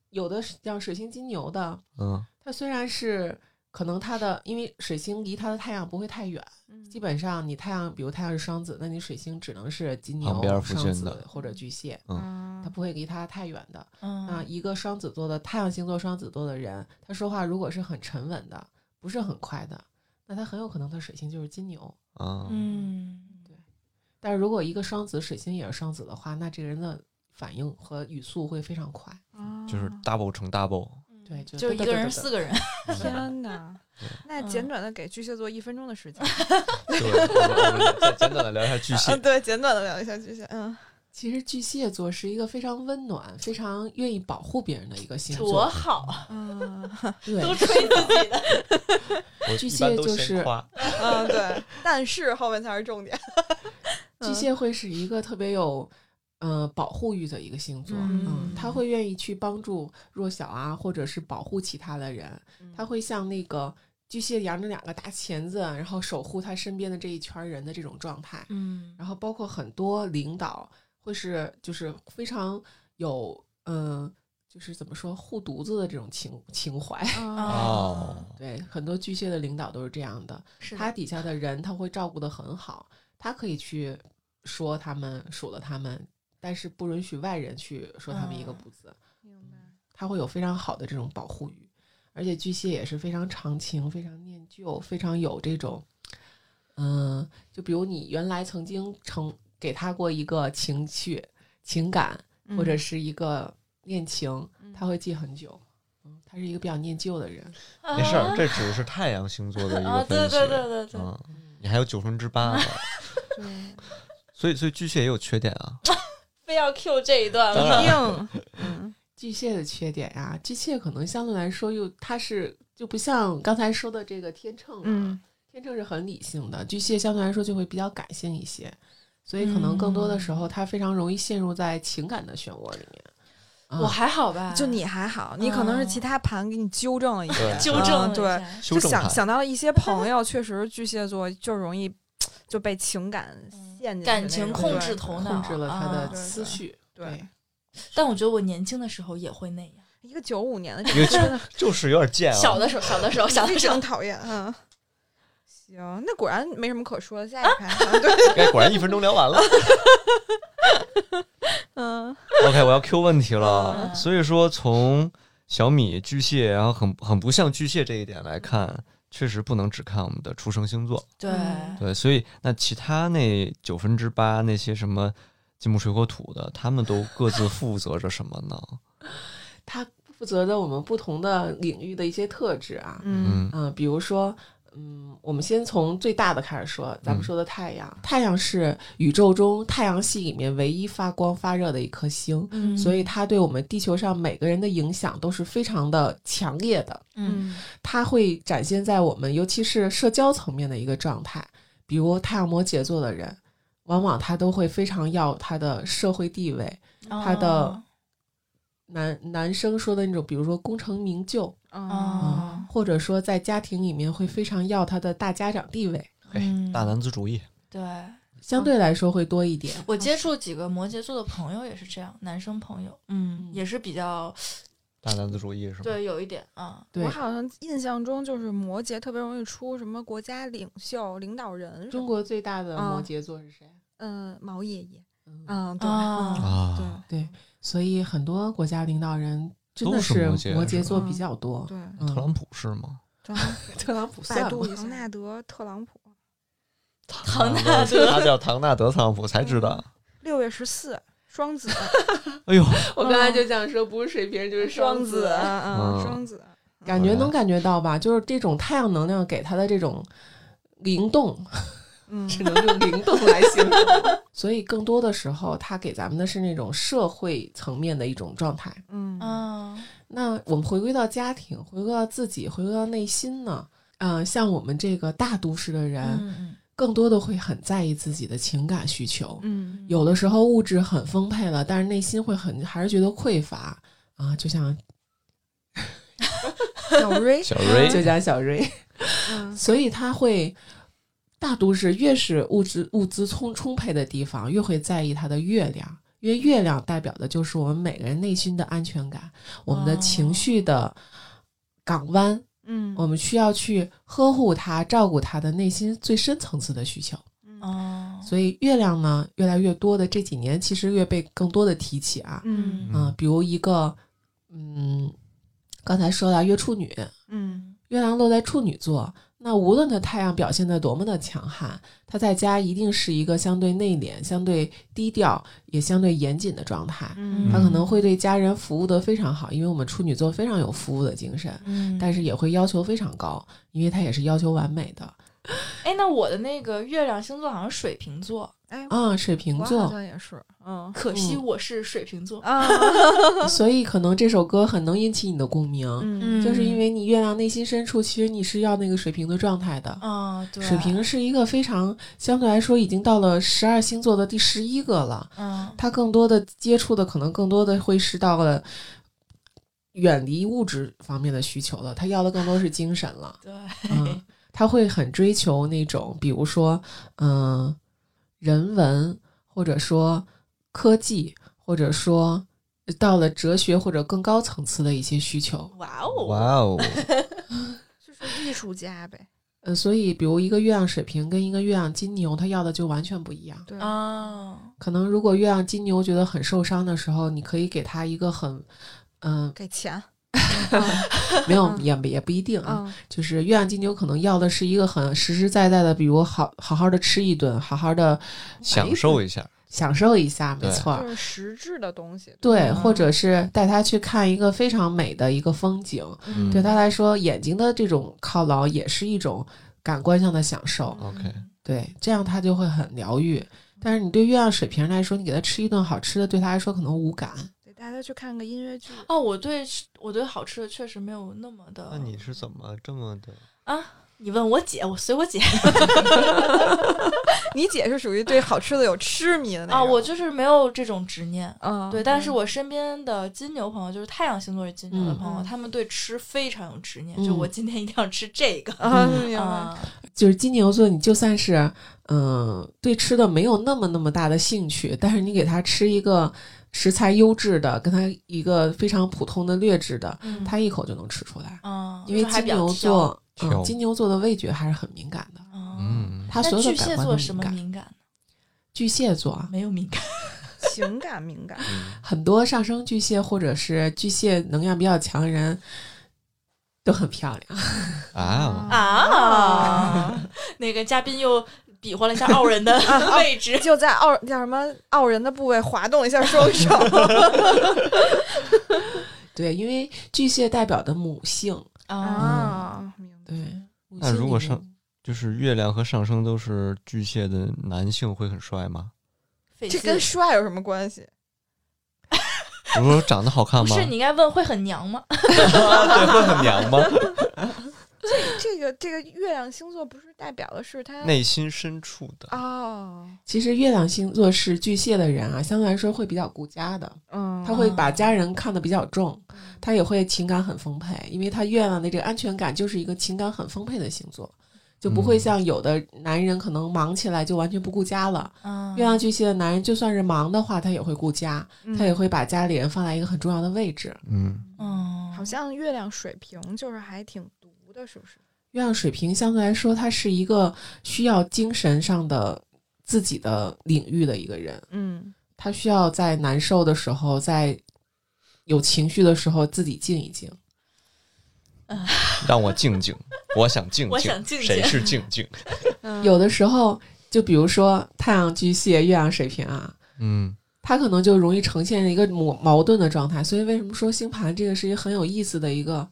有的是像水星金牛的，
嗯，
它虽然是可能它的，因为水星离它的太阳不会太远，
嗯
基本上你太阳，比如太阳是双子，那你水星只能是金牛、
旁边附
双
近的
子或者巨蟹，
嗯
它不会离它太远的。那
嗯，
啊一个双子座的太阳星座双子座的人，他说话如果是很沉稳的，不是很快的，那他很有可能他水星就是金牛。
啊，
嗯，
但是如果一个双子水星也是双子的话，那这个人的反应和语速会非常快。
哦
就是
嗯
double 乘 double，嗯
对，就
就一个人四个人，
天哪！那简短的给巨蟹座一分钟的时间，
对，我们再简短的聊一下 巨
嗯，对，简短的聊一下巨蟹，嗯，
其实巨蟹座是一个非常温暖、非常愿意保护别人的一个星
多
座。
好，
嗯
对，
都吹自己的。
我
巨
一般
蟹
都
就
先
是
夸
嗯，对，但是后面才是重点。嗯
巨蟹会是一个特别有。呃，保护欲的一个星座，
嗯
嗯，他会愿意去帮助弱小啊，或者是保护其他的人，
嗯
他会像那个巨蟹扬着两个大钳子，然后守护他身边的这一圈人的这种状态。
嗯
然后包括很多领导会是就是非常有嗯、呃就是怎么说护犊子的这种情情怀。
嗯，
哦
哦，
对，很多巨蟹的领导都是这样的，
是
他底下的人他会照顾得很好，他可以去说他们数落他们，但是不允许外人去说他们一个
嗯
不字。
嗯
他会有非常好的这种保护欲，而且巨蟹也是非常长情、非常念旧、非常有这种，嗯、就比如你原来曾经曾给他过一个情绪、情感或
嗯
者是一个恋情，他会记很久。嗯，他是一个比较念旧的人，
没事儿，这只是太阳星座的一
啊，
个
对
分析，
对对对对，
嗯，你还有九分之八呢，所以所以巨蟹也有缺点 啊，
非要 Q 这一段
当
吗？
然
硬，嗯，
巨蟹的缺点呀、巨蟹可能相对来说又他是就不像刚才说的这个天秤、啊，
嗯，
天秤是很理性的，巨蟹相对来说就会比较感性一些，所以可能更多的
嗯
时候，他非常容易陷入在情感的漩涡里面。啊
我还好吧，
就你还好，你可能是其他盘给你纠正了一下，
对
纠正了
嗯
一
对
下
修
就
正
想
盘，
想到了一些朋友，确实巨蟹座就容易就被情感陷进去那种，
感情控制
对
头脑，
控制了他
啊
的思绪，
对，
但我觉得我年轻的时候也会那样，
一个九五年 的，
一个
真的
就是有点贱
小
啊，
的时候，小的时候，小
非
的时
常
候，
讨厌。嗯，行，那果然没什么可说的。下一盘， 啊对，
哎，果然一分钟聊完 了。
嗯
OK，我要 Q 问题了。
嗯
所以说，从小米巨蟹，然后很很不像巨蟹这一点来看，确实不能只看我们的出生星座。
对
嗯
对，所以那其他那九分之八那些什么金木水火土的，他们都各自负责着什么呢？
他负责的我们不同的领域的一些特质啊，
嗯
嗯
嗯、比如说，嗯，我们先从最大的开始说，咱们说的太阳，太阳是宇宙中太阳系里面唯一发光发热的一颗星，
嗯
所以它对我们地球上每个人的影响都是非常的强烈的。
嗯
它会展现在我们尤其是社交层面的一个状态。比如太阳摩羯座的人，往往他都会非常要他的社会地位。他的男男生说的那种，比如说功成名就，
嗯
哦，
或者说在家庭里面会非常要他的大家长地位。
嘿
嗯
大男子主义，
对，
相对来说会多一点。嗯
我接触几个摩羯座的朋友也是这样，男生朋友，嗯，
嗯
也是比较
大男子主义是吗？
对，有一点啊，
对
我，好像印象中就是摩羯特别容易出什么国家领袖、领导人什么，
中国最大的摩
嗯
羯座是谁？
嗯、毛爷爷，
嗯哦
嗯，对，
啊
嗯
啊，
对
所以很多国家领导人真的
都是摩羯
摩羯
是
座
吧
比较多。
对，
嗯
特朗普是吗？
特朗普
特朗普
百
算
度
吗？
唐纳德、特朗普，
唐纳德，他叫唐纳德·特朗普才知道。
六月十四，双 子，
哎呦，
我刚才就想说，不是水瓶就是双
子，
子，
嗯，
嗯
双子，
感
啊
觉能感觉到吧？就是这种太阳能量给他的这种灵动，
嗯，
只能用灵动来形容。 所以更多的时候，他给咱们的是那种社会层面的一种状态。哦
嗯，
嗯，
那我们回归到家庭，回归到自己，回归到内心呢？嗯、像我们这个大都市的人，
嗯
更多的会很在意自己的情感需求。
嗯，
有的时候物质很丰沛了，但是内心会很还是觉得匮乏啊，就像
小瑞，
小瑞
哎就像小瑞，
嗯
所以他会大都市越是物质物资充充沛的地方，越会在意它的月亮，因为月亮代表的就是我们每个人内心的安全感，我们的情绪的港湾，
嗯，
我们需要去呵护它、照顾它的内心最深层次的需求。
嗯，哦，
所以月亮呢，越来越多的这几年其实越被更多的提起啊，
嗯
啊，比如一个，嗯，刚才说到约处女，
嗯
月亮落在处女座，那无论她太阳表现得多么的强悍，她在家一定是一个相对内敛、相对低调，也相对严谨的状态。
嗯
她可能会对家人服务得非常好，因为我们处女座非常有服务的精神，
嗯，
但是也会要求非常高，因为她也是要求完美的
哎，那我的那个月亮星座好像是水瓶座，
哎，
啊。水瓶
我好
座，
像也是， 嗯
可惜
嗯
我是水瓶座，
啊，
所以可能这首歌很能引起你的共鸣，
嗯
就是因为你月亮内心深处其实你是要那个水瓶的状态的。
啊，对，
水瓶是一个非常相对来说已经到了十二星座的第十一个了，
嗯，
它更多的接触的可能更多的会是到了远离物质方面的需求了，他要的更多是精神了。
对，
嗯，他会很追求那种，比如说，嗯、人文，或者说科技，或者说呃到了哲学或者更高层次的一些需求。
哇
哇
哦，
哦，
就是艺术家呗，
嗯，所以比如一个月亮水瓶跟一个月亮金牛，他要的就完全不一样。
对，
啊，
可能如果月亮金牛觉得很受伤的时候，你可以给他一个很， 嗯、
给 钱，
没有
嗯
也也不一定啊，
嗯
就是月亮金牛可能要的是一个很实实在在的，比如好好好的吃一顿，好哎好的
享受一下，
享受一下，没
对
错
就
儿。
是实质的东西，
对，
嗯
或者是带他去看一个非常美的一个风景，
嗯
对他来说，眼睛的这种犒劳也是一种感官上的享受。
OK
对，这样他就会很疗愈。但是你对月亮水瓶来说，你给他吃一顿好吃的，对他来说可能无感。
得带他去看个音乐剧，
哦，我对我对好吃的确实没有那么的。
那你是怎么这么的？
你问我姐，我随我姐
你姐是属于对好吃的有痴迷的那
啊，
种
我就是没有这种执念。
嗯，
哦
对，但是我身边的金牛朋友，就是太阳星座是金牛的朋友，
嗯
他们对吃非常有执念，
嗯
就我今天一定要吃这个。
啊，
嗯
明白，
啊，
就是金牛座，你就算是嗯、对吃的没有那么那么大的兴趣，但是你给他吃一个食材优质的，跟他一个非常普通的劣质的，
嗯
他一口就能吃出来。
嗯，
因为
就是还
金
比较
牛
挑，
座，
挑
嗯，金牛座的味觉还是很敏感的，
嗯，
嗯，
他
那
所有
巨
的感
蟹
官
座
都
什
敏
么
感。
敏感？
巨蟹座啊，
没有敏感，
情感敏感，
嗯
很多上升巨蟹或者是巨蟹能量比较强的人都很漂亮。
啊，
嗯啊， 那个嘉宾又比划了一下傲人的位置，
啊就在傲叫什么傲人的部位滑动一下双 手，
对，因为巨蟹代表的母性，
啊，
啊，明白，
对，母
那
性
如
里
果
面
上就是月亮和上升都是巨蟹的男性会很帅吗？
费
这
劲
跟帅有什么关系？
我说长得好看
不
吗？
是 你应该问会很娘吗？
对，会很娘吗？
这个这个月亮星座不是代表的是他
内心深处的，
哦，
其实月亮星座是巨蟹的人啊，相对来说会比较顾家的，
嗯，
他会把家人看得比较重，他也会情感很丰沛，因为他月亮的这个安全感就是一个情感很丰沛的星座。就不会
嗯
像有的男人可能忙起来就完全不顾家了。
嗯
月亮巨蟹的男人就算是忙的话，他也会顾家，
嗯
他也会把家里人放在一个很重要的位置。
嗯，
嗯，
好像月亮水瓶就是还挺毒的，是不是？
月亮水瓶相对来说，他是一个需要精神上的自己的领域的一个人，
嗯
他需要在难受的时候，在有情绪的时候自己静一静。
让我静静，我想静
我
静
想，静
谁
静
是静静？
嗯
有的时候，就比如说太阳巨蟹、月亮水瓶啊，
嗯
他可能就容易呈现一个矛矛盾的状态。所以为什么说星盘这个是一个很有意思的一个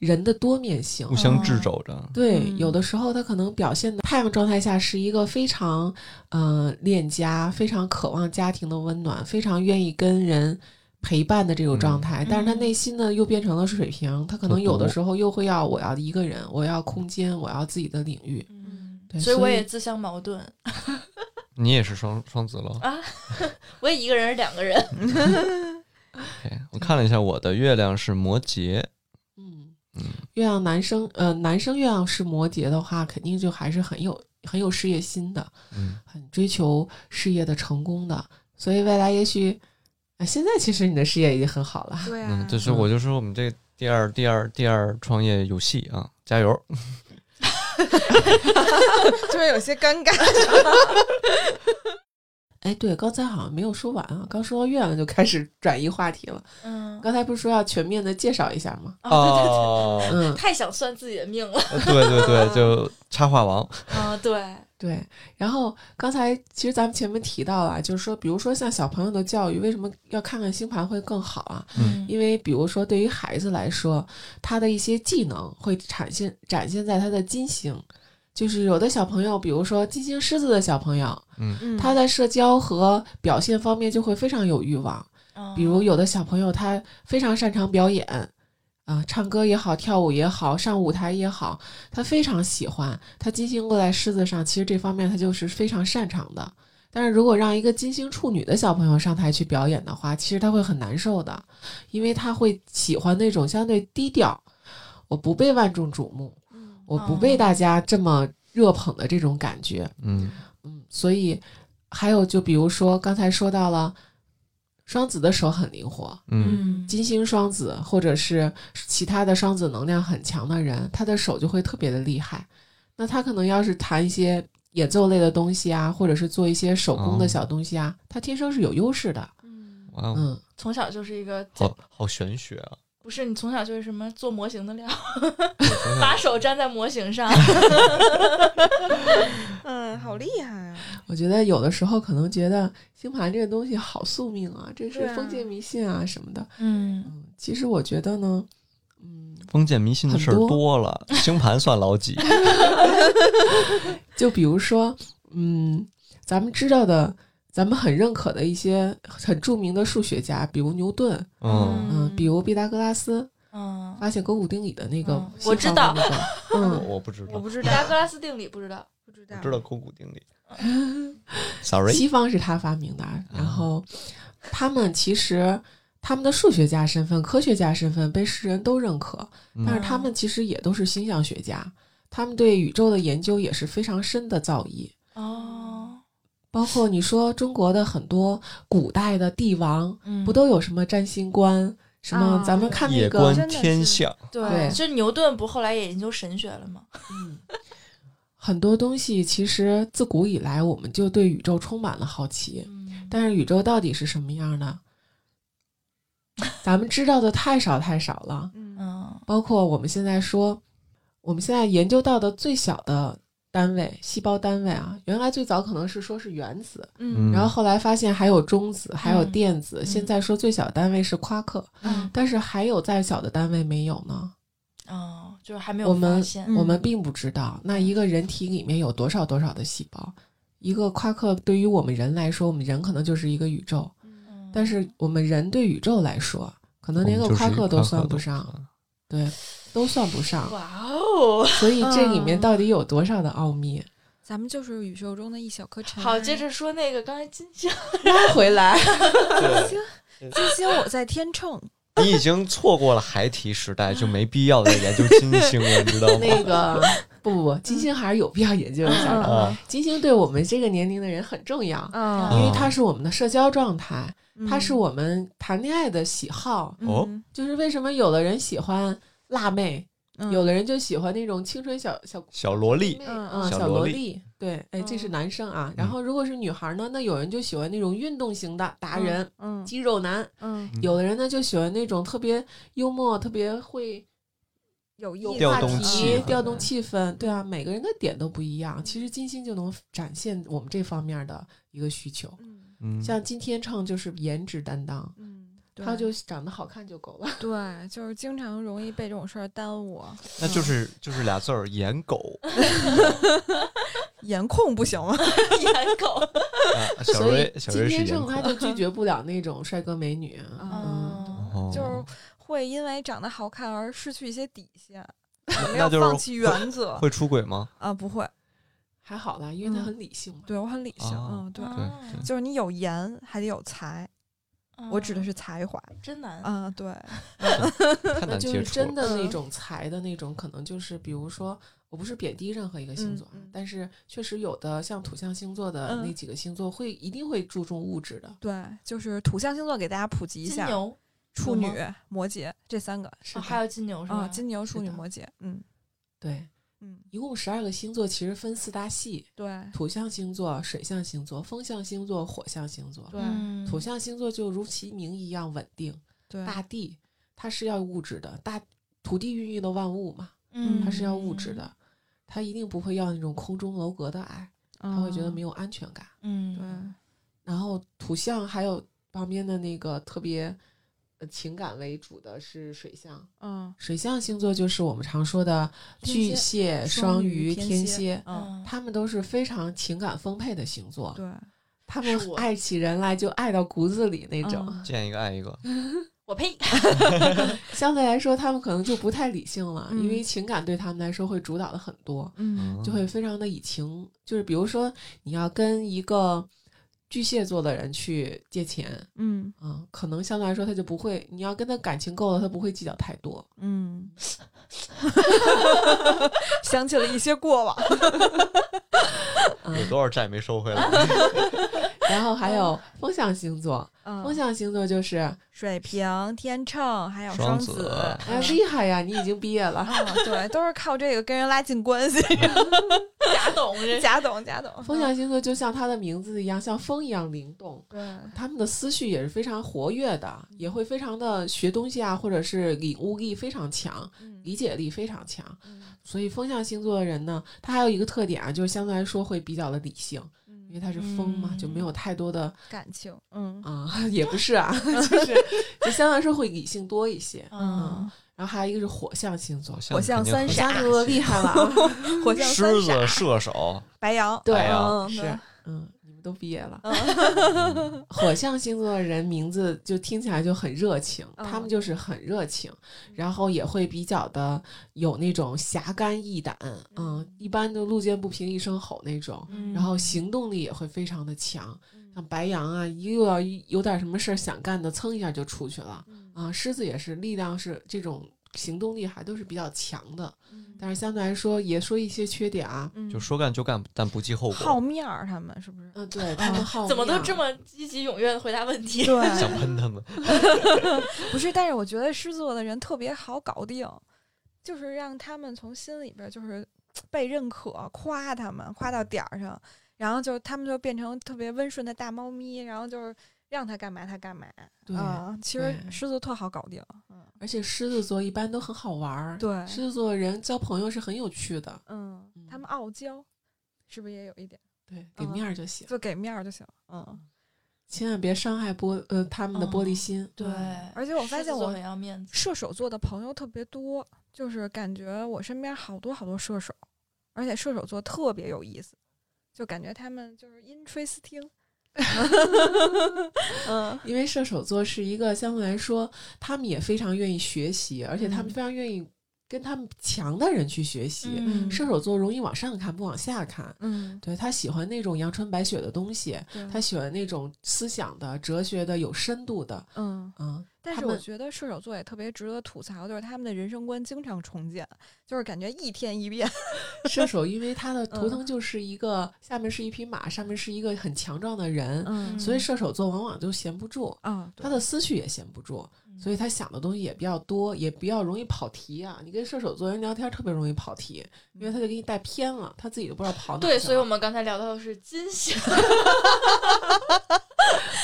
人的多面性
互？相制肘着。
对，
嗯
有的时候他可能表现的太阳状态下是一个非常，呃，恋家，非常渴望家庭的温暖，非常愿意跟人陪伴的这种状态，但是他
嗯
内心呢又变成了水瓶，他可能
就
有的
独
时候又会要我要一个人，我要空间，我要自己的领域。
嗯
对
所以我
所以
也自相矛盾
你也是双双子喽？
啊，我也一个人是两个人，
OK，我看了一下，我的月亮是摩羯，
嗯
嗯，
月亮男生，呃，男生月亮是摩羯的话，肯定就还是很有很有事业心的，
嗯，
很追求事业的成功的，所以未来也许，啊，现在其实你的事业已经很好了。
对啊
嗯，， 就是我就说我们这第二第二第二创业有戏啊，加油！
就是有些尴尬。
哎，对，刚才好像没有说完啊，刚说到月亮就开始转移话题了。
嗯，
刚才不是说要全面的介绍一下吗？
啊，对对
哦，
嗯
对，，太想算自己的命了
对对对，就插画王，
啊，对，
对。然后刚才其实咱们前面提到了，啊就是说，比如说像小朋友的教育，为什么要看看星盘会更好啊？
嗯
因为比如说对于孩子来说，他的一些技能会展现展现在他的金星。就是有的小朋友，比如说金星狮子的小朋友，
嗯
他在社交和表现方面就会非常有欲望。
嗯
比如有的小朋友他非常擅长表演，啊、唱歌也好，跳舞也好，上舞台也好，他非常喜欢。他金星落在狮子上，其实这方面他就是非常擅长的。但是如果让一个金星处女的小朋友上台去表演的话，其实他会很难受的，因为他会喜欢那种相对低调，我不被万众瞩目，我不被
哦
大家这么热捧的这种感觉。
嗯
嗯，所以还有就比如说刚才说到了，双子的手很灵活，
嗯
嗯
金星双子或者是其他的双子能量很强的人，他的手就会特别的厉害。那他可能要是弹一些演奏类的东西啊，或者是做一些手工的
哦
小东西啊，他天生是有优势的。
嗯，
哇哦，
嗯，
从小就是一个
好好玄学啊！
不是你从小就是什么做模型的料，
我
嗯
想
把
想
手粘在模型上，
嗯，好厉害啊！
我觉得有的时候可能觉得星盘这个东西好宿命啊，这是
对啊
封建迷信啊什么的。
嗯，
嗯，其实我觉得呢，嗯，
封建迷信的事儿
很多
多了，星盘算老几？
就比如说，嗯，咱们知道的，咱们很认可的一些很著名的数学家，比如牛顿，
嗯，
嗯、比如毕达哥拉斯
嗯，
发现勾股定理的那个
嗯
西方的那个，
我
嗯，
我不知
我
道，
不知
毕
道，
达哥拉斯定理不知道，
不知道，
哦知道勾股定理。Sorry，
嗯
西方是他发明的啊，然后他们其实。他们的数学家身份、科学家身份被世人都认可，
嗯
但是他们其实也都是星象学家，他们对宇宙的研究也是非常深的造诣。
哦，
包括你说中国的很多古代的帝王，
嗯
不都有什么占星观？什么
啊？
咱们看那
夜
个，
观
真的是
天象，
对
就牛顿不后来也研究神学了吗？
嗯， 很多东西其实自古以来我们就对宇宙充满了好奇，
嗯，
但是宇宙到底是什么样呢？咱们知道的太少太少了。
嗯
嗯
包括我们现在说，我们现在研究到的最小的单位，细胞单位啊，原来最早可能是说是原子，
嗯
然后后来发现还有中子，还有
嗯
电子，现在说最小单位是夸克，
嗯
但是还有再小的单位没有呢？
哦，就是还没
我
有
们
发现，
嗯
我们并不知道，那一个人体里面有多少多少的细胞。一个夸克对于我们人来说，我们人可能就是一个宇宙，
嗯
但是我们人对宇宙来说，可能连
我
个
们就是
夸克
一
都
个
算不
不
上，对，都算不上。
哇哦，
所以这里面
嗯
到底有多少的奥秘？
咱们就是宇宙中的一小颗尘埃。
好，接着说那个刚才金星，
拉回来，
嗯对，
金星我在天秤，
你已经错过了孩提时代，就没必要再研究金星了，你知道吗？
那个不不不，金星还是有必要研究一下的。
啊，
金星对我们这个年龄的人很重要，因
嗯嗯，
为它是我们的社交状态，它是
嗯
我们谈恋爱的喜好。
哦
嗯
就是为什么有的人喜欢辣妹，
嗯
有的人就喜欢那种青春小小
小萝莉
妹
嗯
嗯，
小
小
萝
萝
莉
莉。对，哎，这是
嗯
男生啊。然后如果是女孩呢，那有人就喜欢那种运动型的达人，
嗯
肌肉男；
嗯，
嗯
有的人呢就喜欢那种特别幽默、特别会
有意
有
思啊
调
话
动
题
气氛
调动气氛。对啊，每个人的点都不一
嗯
样，其实金星就能展现我们这方面的一个需求。
嗯
嗯，
像金天秤就是颜值担当，
嗯，对
他就 长得好看就够了。
对，就是经常容易被这种事儿耽误。
那就是就是俩字儿，颜 狗。
颜控不行吗？
颜狗。
啊小
所
瑞
以，
小
金
瑞是
天
颜
秤
狗。
他就拒绝不了那种帅哥美女。嗯，
嗯，
哦
就是会因为长得好看而失去一些底线，
那那
没有
就是
放弃原则
会出轨 吗？
啊，不会。
还好啦，因为他
嗯
很理性嘛。
对我很理性，
哦
嗯，对，
对
哦
对，
就是你有颜还得有才，我指
嗯
的是才华，
嗯真难。
啊，对，
太
那
难
就
接
是
触了。
真的那
嗯
种才的那种，可能就是比如说，我不是贬低任何一个星
嗯
座啊，
嗯
但是确实有的像土象星座的那
嗯
几个星座会一定会注重物质的。
对，就是土象星座给大家普及一
金
下，
牛
处
有
女
吗、
摩羯这三个是
哦，
的
还有金牛是
啊，
吧？
金牛、
是
处女、
的
摩羯，嗯
对，
嗯，
一共十二个星座，其实分四大系：
对
土象星座、水象星座、风象星座、火象星座。
对
嗯
土象星座就如其名一样稳定，
对，
大地它是要物质的，大土地孕育了万物嘛，
嗯
它是要物质的，它一定不会要那种空中楼阁的爱，它会觉得没
有，
有安全感。
嗯，
对，
然后土象还有旁边的那个特别呃情感为主的是水象，
嗯，
水象星座就是我们常说的
天
巨
蝎
蟹、
双
双
鱼
鱼、
天
天
蝎
蝎，嗯
嗯，
嗯，
他们都是非常情感丰沛的星座，
对，
他
是
们
我
爱起人来就爱到骨子里那种。
嗯
见一个爱一个，
我呸，
相对来说，他们可能就不太理性了，
嗯
因为情感对他们来说会主导的很多。
嗯
嗯
就会非常的以情，就是比如说你要跟一个巨蟹座的人去借钱，
嗯
嗯，可能相对来说他就不会，你要跟他感情够了，他不会计较太多。
嗯， 想起了一些过往，
有
嗯，
多少债没收回来？
然后还有风象星座，
嗯
风象星座就是
水瓶、天秤还有
双
子
子，啊
哎厉害呀，你已经毕业了。
啊，对，都是靠这个跟人拉近关系，
假懂这
贾董，贾董，
风象星座就像他的名字一样，像风一样灵动，
啊对，
他们的思绪也是非常活跃的，也会非常的学东西啊，或者是领悟力非常强，
嗯
理解力非常强。
嗯
所以风象星座的人呢，他还有一个特点啊，就是相对来说会比较的理性，因
嗯，
为他是风嘛，
嗯
就没有太多的
感情，嗯
啊、 也不是啊，就是 就相对来说会理性多一些。
嗯，
然后还有一个是火象星座，
像肯
像
定
三
很
傻
火象座厉害 了啊！
火象三
狮子、
傻，
射 手，
白羊，
对
哎呀
嗯，
是，嗯，你们都毕业了。
嗯
嗯
火象星座的人名字就听起来就很热情，
嗯
他们就是很热情，然后也会比较的有那种侠肝义胆，嗯，一般就路见不平一声吼那种，
嗯
然后行动力也会非常的强。像白羊啊，一又要一有点什么事儿想干的，蹭一下就出去了啊。狮子也是，力量是这种行动力还都是比较强的，但是相对来说也说一些缺点啊。
嗯
就说干就干，但不计后
好
果，
面儿，他们是不是？
嗯，对他们好
怎么都
面
这么积极踊跃的回答问题？
想
对，
喷他们。
不是，但是我觉得狮子座的人特别好搞定，就是让他们从心里边儿就是被认可，夸他们，夸到点儿上，然后就他们就变成特别温顺的大猫咪，然后就是让他干嘛他干嘛。
对，
嗯
啊，其实
对
狮子特好搞定，嗯
而且狮子座一般都很好玩儿，
对
狮子座人交朋友是很有趣的，
嗯，他们傲娇，是不是也有一点？
对，给
嗯
面儿就行，
就给面儿就行，嗯，
千万别伤害玻呃他们的玻璃心。
对
嗯而且我发
狮子
现
座
我
很要面子，
射手座的朋友特别多，就是感觉我身边好多好多射手，而且射手座特别有意思，就感觉他们就是 interesting，嗯
因为射手座是一个相对来说，他们也非常愿意学习，而且他们非常愿意跟他们强的人去学习。
嗯
射手座容易往上看，不往下看。
嗯，
对他喜欢那种阳春白雪的东西，
对
他喜欢那种思想的、哲学的、有深度的。
嗯。
嗯，
但
他
是我
们
觉得射手座也特别值得吐槽，就是他们的人生观经常重建，就是感觉一天一变。
射手，因为他的图
嗯
腾就是一个、下面是一匹马，上面是一个很强壮的人，
嗯
所以射手座往往就闲不住，
啊，
他的思绪也闲不住，
嗯
所以他想的东西也比较多，也比较容易跑题啊。你跟射手座人聊天特别容易跑题，
嗯
因为他就给你带偏了，他自己都不知道跑哪去了。
对，所以我们刚才聊到的是金星，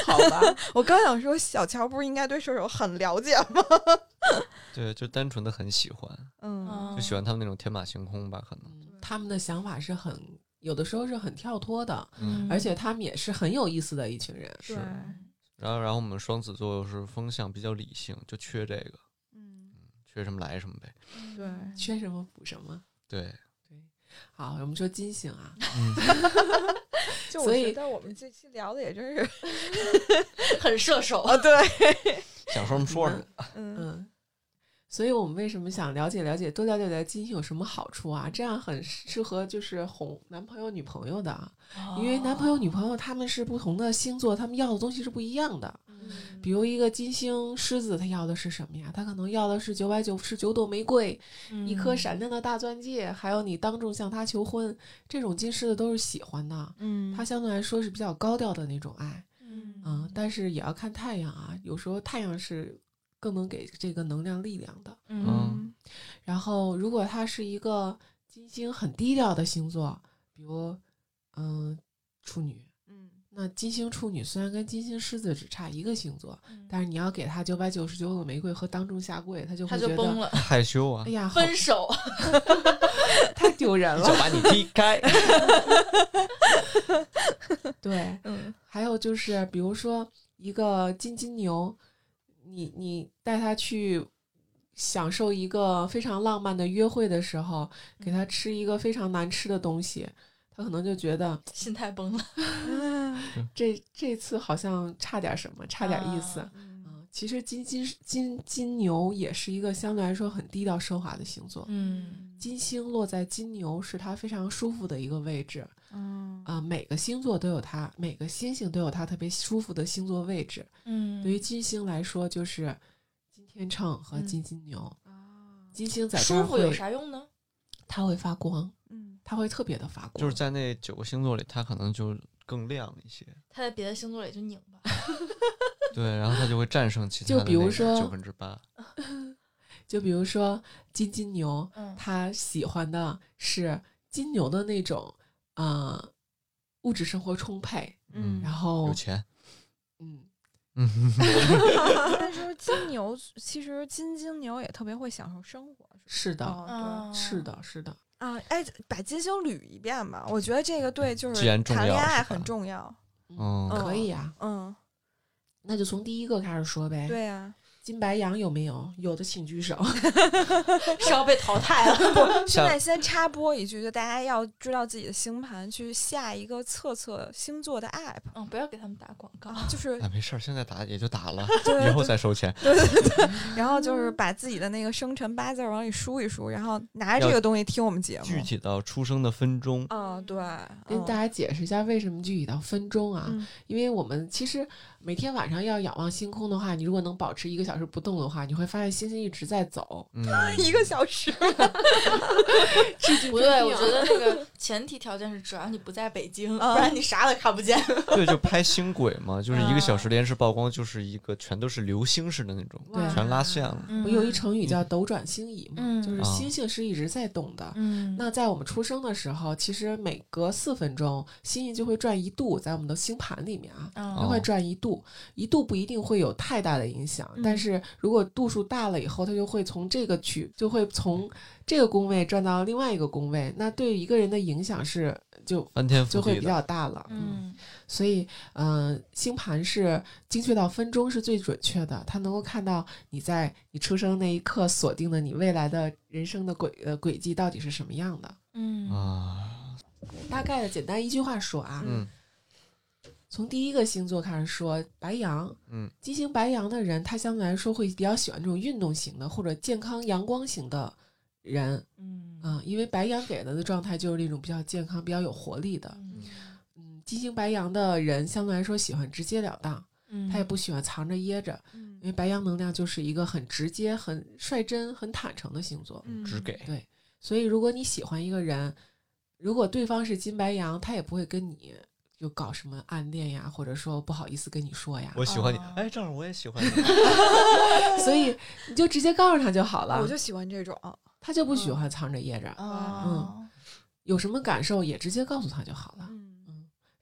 好吧，
我刚想说，小乔不是应该对射手很了解吗？
对，就单纯的很喜欢，
嗯
就喜欢他们那种天马行空吧，可能。
他们的想法是很有的时候是很跳脱的，
嗯，
而且他们也是很有意思的一群人。
嗯
是。然后，然后我们双子座又是风向比较理性，就缺这个，
嗯，
缺什么来什么呗。
对
缺什么补什么。
对，嗯
好，我们说金星啊，
就我
所
觉
以
得我们这期聊的也真是
很射手。
哦
啊，对，
想说什么说什么。
嗯
嗯，所以我们为什么想了解了解，多了解了解金星有什么好处啊？这样很适合就是哄男朋友女朋友的啊，
哦
因为男朋
哦
友女朋友他们是不同的星座，他们要的东西是不一样的。
嗯
嗯
比如一个金星狮子，他要的是什么呀？他可能要的是九百九十九朵玫瑰，一
嗯
颗闪亮的大钻戒，还有你当众向他求婚，这种金狮子都是喜欢的。
嗯
他相对来说是比较高调的那种爱，
嗯
嗯，但是也要看太阳啊，有时候太阳是更能给这个能量力量的。
嗯
然后，如果他是一个金星很低调的星座，比如，嗯、处女，
嗯
那金星处女虽然跟金星狮子只差一个星座，
嗯
但是你要给他九百九十九朵玫瑰和当众下跪，他就
他
会
就
觉
崩
得，
了，
害羞啊
哎，呀，好
分手。
太丢 人
一
了
脚。把你踢 开。
对，
嗯
还有就是，比如说一个金金牛，你你带他去享受一个非常浪漫的约会的时候，给
嗯
他吃一个非常难吃的东西，他可能就觉得
心态崩了，
这这次好像差点什么，差点意思。
啊
嗯其实金金金金牛也是一个相对来说很低调奢华的星座，
嗯
金星落在金牛是他非常舒服的一个位置，
嗯
啊、每个星座都有它，每个星星都有它特别舒服的星座位置，
嗯
对于金星来说，就是金天秤和金金牛。
啊
金星在这
舒
儿
服有
会，
啥用呢？
它会发光，
嗯
它会特别的发光。
就是在那九个星座里，它可能就更亮一些。
他在别的星座里就拧吧。
对，然后它就会战胜其他
就
的
比如
那个
说
九分之八。
就比如说金金牛，
嗯
他喜欢的是金牛的那种，呃，物质生活充沛，
嗯
然后
有钱。
嗯，
嗯，
但是金牛其实金金牛也特别会享受生活，
是的，
嗯
哦
是的，是的，
对啊，哎，把金星捋一遍吧，我觉得这个对就
既然
是
重
谈恋
要
爱
是吧
很重要，
嗯
可以啊。
嗯，
那就从第一个开始说呗。
对啊 呀，
金白羊有没有？有的请举手。
是要被淘汰了。
现
下
在先插播一句，就大家要知道自己的星盘，去下一个测测星座的 app，
嗯，不要给他们打广告。
啊，就是
哎，没事儿，现在打也就打了，
对
以后再收钱。
对对对，然后
嗯
就是把自己的那个生辰八字儿往里输一输，然后拿着这
要
个东西听我们节目。
具体到出生的分钟，
啊，
哦
对，
跟大
家
家解释一下为什么具体到分钟啊？
嗯
因为我们其实每天晚上要仰望星空的话，你如果能保持一个小时不动的话，你会发现星星一直在走。
嗯，
一个小时，
不对，我觉得那 个前提条件是，只要你不在北京，
啊
不然你啥都看不见。
对，就拍星轨嘛，就是一个小时连续曝光，就是一个全都是流星式的那种，
对
全拉线了。
嗯
我有一成语叫“斗转星移”嘛，
嗯
就是
啊
星星是一直在动的。
嗯
那在我们出生的时候，其实每隔四分钟，星星就会转一度，在我们的星盘里面啊，它
嗯
哦
会转一度，一度不一定会有太大的影响，
嗯
但是如果度数大了以后，它就会从这个区，就会从这个宫位转到另外一个宫位，那对一个人的影响是就
翻天覆
就会
地
比
的，
较大了。，
嗯
所以嗯、呃星盘是精确到分钟是最准确的，它能够看到你在你出生那一刻锁定的你未来的人生的轨呃轨迹到底是什么样的。
嗯
啊，
大概的简单一句话说啊，
嗯
从第一个星座开始说，白羊。
嗯
金星白羊的人，他相对来说会比较喜欢这种运动型的或者健康阳光型的人
嗯
啊、因为白羊给的的状态就是那种比较健康、比较有活力的。嗯，金星白羊的人相对来说喜欢直截了当，
嗯
他也不喜欢藏着掖着，
嗯
因为白羊能量就是一个很直接、很率真、很坦诚的星座。
嗯
只给
对所以，如果你喜欢一个人，如果对方是金白羊，他也不会跟你就搞什么暗恋呀，或者说不好意思跟你说呀。
我喜欢你
哦，
哎，正好我也喜欢你，
所以你就直接告诉他就好了啊
我，就嗯喜欢这种，
他就不喜欢藏着掖着，
哦，
有什么感受也直接告诉他就好了。
嗯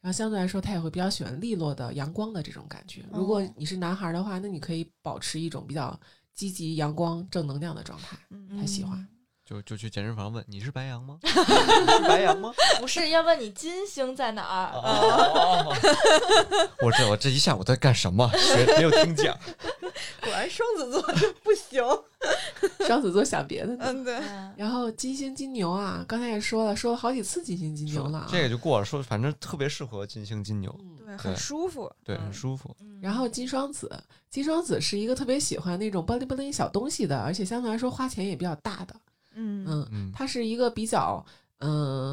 然后相对来说，他也会比较喜欢利落的、阳光的这种感觉。如果
哦
你是男孩儿的话，那你可以保持一种比较积极、阳光、正能量的状态。
嗯
他喜欢
就就去健身房问你是白羊吗？ 你是白羊吗？
不是要问你金星在哪儿？
哦哦哦哦 我这我这一下午在干什么？学没有听讲，
果然双子座就不行，
双子座想别的呢。
嗯对，
嗯
然后金星金牛啊，刚才也说了，说了好几次金星金牛了啊。
这个就过了，说反正特别适合金星金牛，
嗯
对，很舒服，
对，
嗯
很舒服。
然后金双子，金双子是一个特别喜欢那种蹦哩蹦哩小东西的，而且相对来说花钱也比较大的。
嗯
嗯，
嗯，
他是一个比较嗯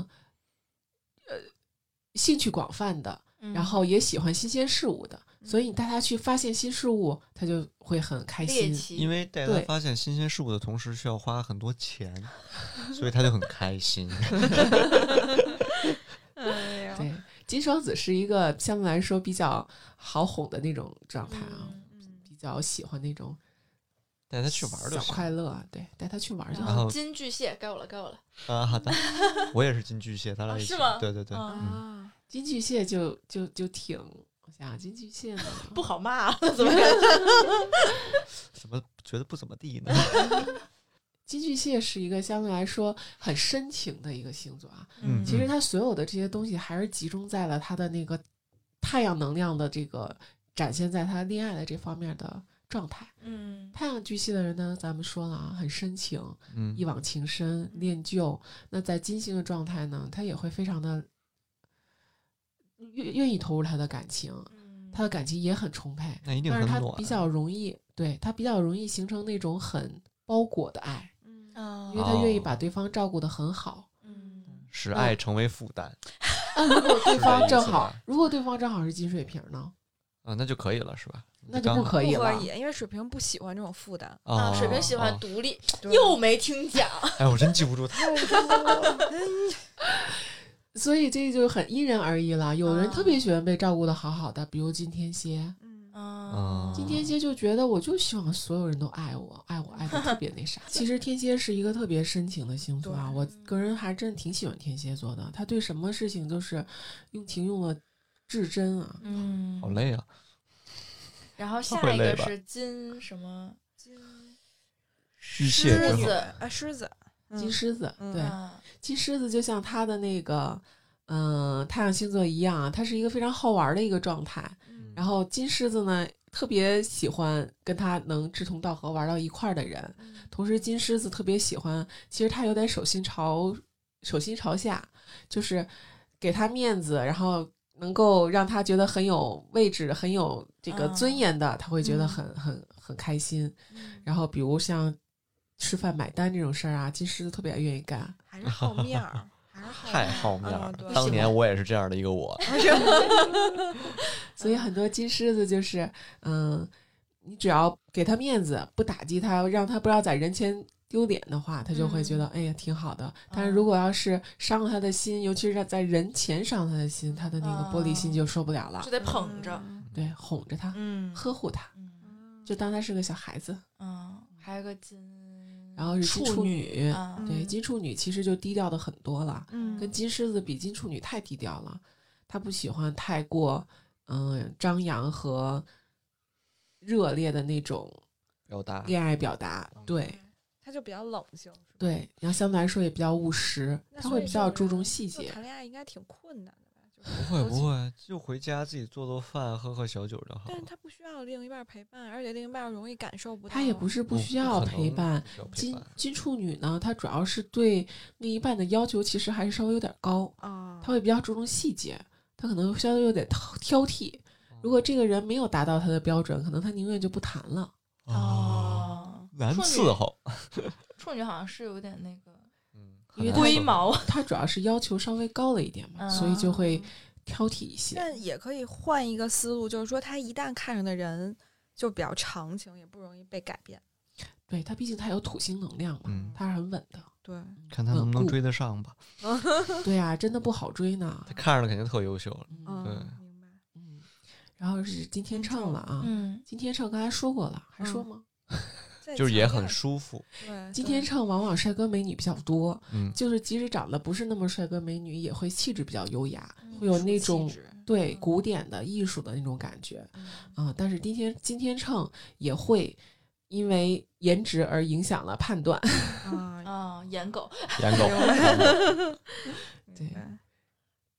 呃兴趣广泛的，
嗯
然后也喜欢新鲜事物的，所以你带他去发现新事物，他就会很开
猎
心。
奇，
因为带他
对
发现新鲜事物的同时需要花很多钱，所以他就很开心。
哎呀，
对，金双子是一个相对来说比较好哄的那种状态啊，
嗯
嗯
比较喜欢那种
带他去玩儿就
小
行
快乐啊，对，带他去玩儿就
然
好。
后
后嗯金巨蟹，该我了，该我了。
啊！好的，我也是金巨蟹，咱俩
哦
一起
是吗。
对对对，
嗯
啊，
金巨蟹就就就挺，我想想金巨 蟹呢
不好骂，啊 怎么感觉？
怎么觉得不怎么地 呢？
金巨蟹是一个相对来说很深情的一个星座啊。
嗯
其实它所有的这些东西还是集中在了它的那个太阳能量的这个展现在他恋爱的这方面的状态。
嗯
太阳巨蟹的人呢，咱们说了啊，很深情，
嗯
一往情深，恋旧。那在金星的状态呢，他也会非常的愿愿意投入他的感情，
嗯
他的感情也很充沛，
那一定
但
很
是他
暖。
比较容易，对他比较容易形成那种很包裹的爱，
嗯
啊
因为他愿意
哦
把对方照顾的很好。
嗯
使爱成为负担
那如果对
是这
方
意
正
思
好
吧，
如果对方正好是金水瓶呢，
啊，那就可以了，是吧？
那就不
刚好
可以
不
了
可。以，因为水瓶不喜欢这种负担，
啊，
哦
水瓶喜欢
哦
独立，
对
又没听讲。
哎，我真记不住他。
所以这就很因人而异了。有人
啊
特别喜欢被照顾的好好的，比如金天蝎，
嗯
哦
嗯，
金天蝎就觉得我就希望所有人都爱我，爱我爱的特别那 啥。其实天蝎是一个特别深情的星座啊，
对
我个人还真挺喜欢天蝎座的。他对什么事情就是用情用的至真啊。
嗯
好。累啊！
然后下
会
一
累
个
吧
是金什么？
嗯
巨蟹
狮
之后
子，
啊，狮子，
金狮子，
嗯
对，
啊
金狮子就像他的那个，嗯、太阳星座一样啊，它是一个非常好玩的一个状态。
嗯
然后金狮子呢，特别喜欢跟他能志同道合玩到一块儿的人，同时金狮子特别喜欢，其实他有点手心朝手心朝下，就是给他面子，然后能够让他觉得很有位置、很有这个尊严的，他会觉得很、很很开心。
嗯
然后比如像吃饭买单这种事儿啊，金狮子特别愿意干。
还是好面 儿，还是好
太好面儿
面
嗯
儿，
了。
对
当年我也是这样的一个我，
嗯所以很多金狮子就是，嗯，你只要给他面子，不打击他，让他不要在人前丢脸的话，他就会觉得、哎呀挺好的。但是如果要是伤了他的心，尤其是在人前伤了他的心，他的那个玻璃心就受不了了。
就得
嗯
捧着，
嗯
对，哄着他，
嗯
呵护他，
嗯
就当他是个小孩子。
嗯，还有个金，
然后是金处
女
女，
啊，
对，金处女其实就低调的很多了，
嗯
跟金狮子比，金处女太低调了，她不喜欢太过嗯、张扬和热烈的那种
表达
恋爱表达。对
嗯他就比较冷静，是吧
对，然后相对来说也比较务实，
那
他
所
会
以
比
这
较
种
注
人
重细
就
节。
谈恋爱应该挺困难的吧？就
不
是
会
尤其
不，会，就回家自己做做饭，喝喝小酒就好
但
了
是。他不需要另一半陪伴，而且另一半容易感受不到。
他也不是不
嗯
需要
可能
陪伴，
不需要陪
金
伴
金处女呢，她主要是对另一半的要求其实还是稍微有点高，
啊，
她会比较注重细节，她可能相对有点挑挑剔。
嗯
哦
如果这个人没有达到她的标准，可能她宁愿就不谈了。
哦，难
处女
伺候。
处女好像是有点那个
嗯，
因
很
为
难
龟
伺候
毛，
它主要是要求稍微高了一点嘛，所以就会挑剔一些。
嗯但也可以换一个思路，就是说他一旦看上的人就比较长情，也不容易被改变。
对，它毕竟它有土星能量嘛，
嗯，
它是很稳的。
对，
看他能不能
稳固
追得上吧。
对啊，真的不好追呢
他。看着肯定特优秀了。
嗯，
对
明白。
嗯，然后是金天秤了啊，
嗯，
金天秤刚才说过了，还说
嗯
吗？
再
就是也
强
很
调
舒服。
对，
金
对
天秤往往帅哥美女比较多，
嗯，
就是即使长得不是那么帅哥美女，也会气质比较优雅，
嗯
会有那
气
种
质
对
嗯
古典的艺术的那种感觉
嗯
啊、但是今天今天秤也会因为颜值而影响了判断。
啊，
啊，颜狗，
颜 狗，
对
明白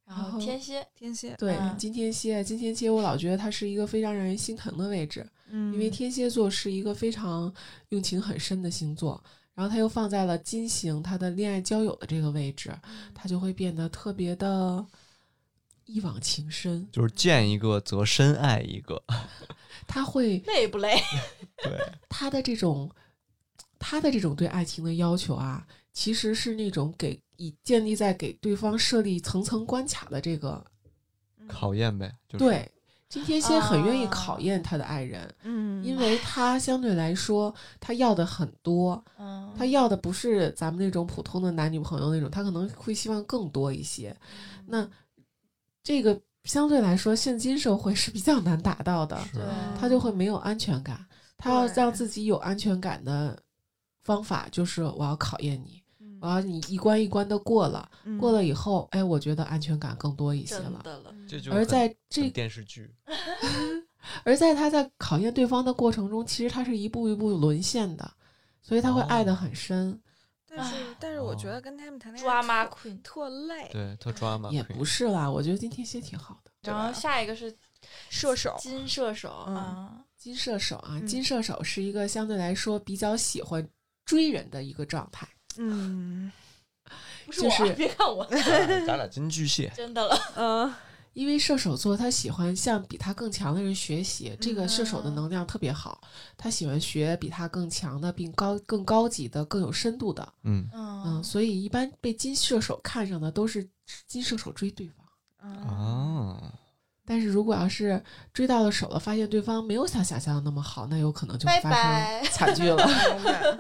然后天蝎，
天蝎，
对，
嗯
今天蝎，今天蝎，我老觉得它是一个非常让人心疼的位置，
嗯
因为天蝎座是一个非常用情很深的星座，然后它又放在了金星，它的恋爱交友的这个位置，
嗯
它就会变得特别的一往情深，
就是见一个则深爱一个。
它会
累不累？
对，
他的这种他的这种对爱情的要求啊，其实是那种给以建立在给对方设立层层关卡的这个
嗯
考验呗，就是
对。金天蝎很愿意
啊
考验他的爱人，
嗯，
因为他相对来说他要的很多，
嗯，
他要的不是咱们那种普通的男女朋友那种，他可能会希望更多一些。
嗯
那这个相对来说，现今社会是比较难达到的。
是
对
他就会没有安全感。他要
对
让自己有安全感的方法就是我要考验你，
嗯
我要你一关一关的过了，
嗯
过了以后，哎，我觉得安全感更多一些
真
了。嗯
的了，
这就
而
很
在
很
这，
电视剧，
而在他在考验对方的过程中，其实他是一步一步沦陷的，所以他会
哦
爱得很深，
但是但是我觉
哦
得跟他们谈恋爱
抓马
特
queen。
特累，
对，特抓马。
也不是啦。我觉得今天蝎挺好的，
对
然后
吧
下一个是
射手，
金射手
嗯
啊，
金射手啊，
嗯
金射手是一个相对来说比较喜欢追人的一个状态。
嗯
不是
就
我，
是
别看我，
咱俩咱俩金巨 蟹，
真的了，
呃
因为射手座他喜欢向比他更强的人学习，这个射手的
嗯
能量特别好，他喜欢学比他更强的，并高更高级的、更有深度的。
嗯，
嗯，
嗯
所以一般被金射手看上的都是金射手追对方，
啊，
哦
啊，
但是如果要是追到了手了，发现对方没有像想象的那么好，那有可能就
拜
发
拜
生。惨剧 了。
明白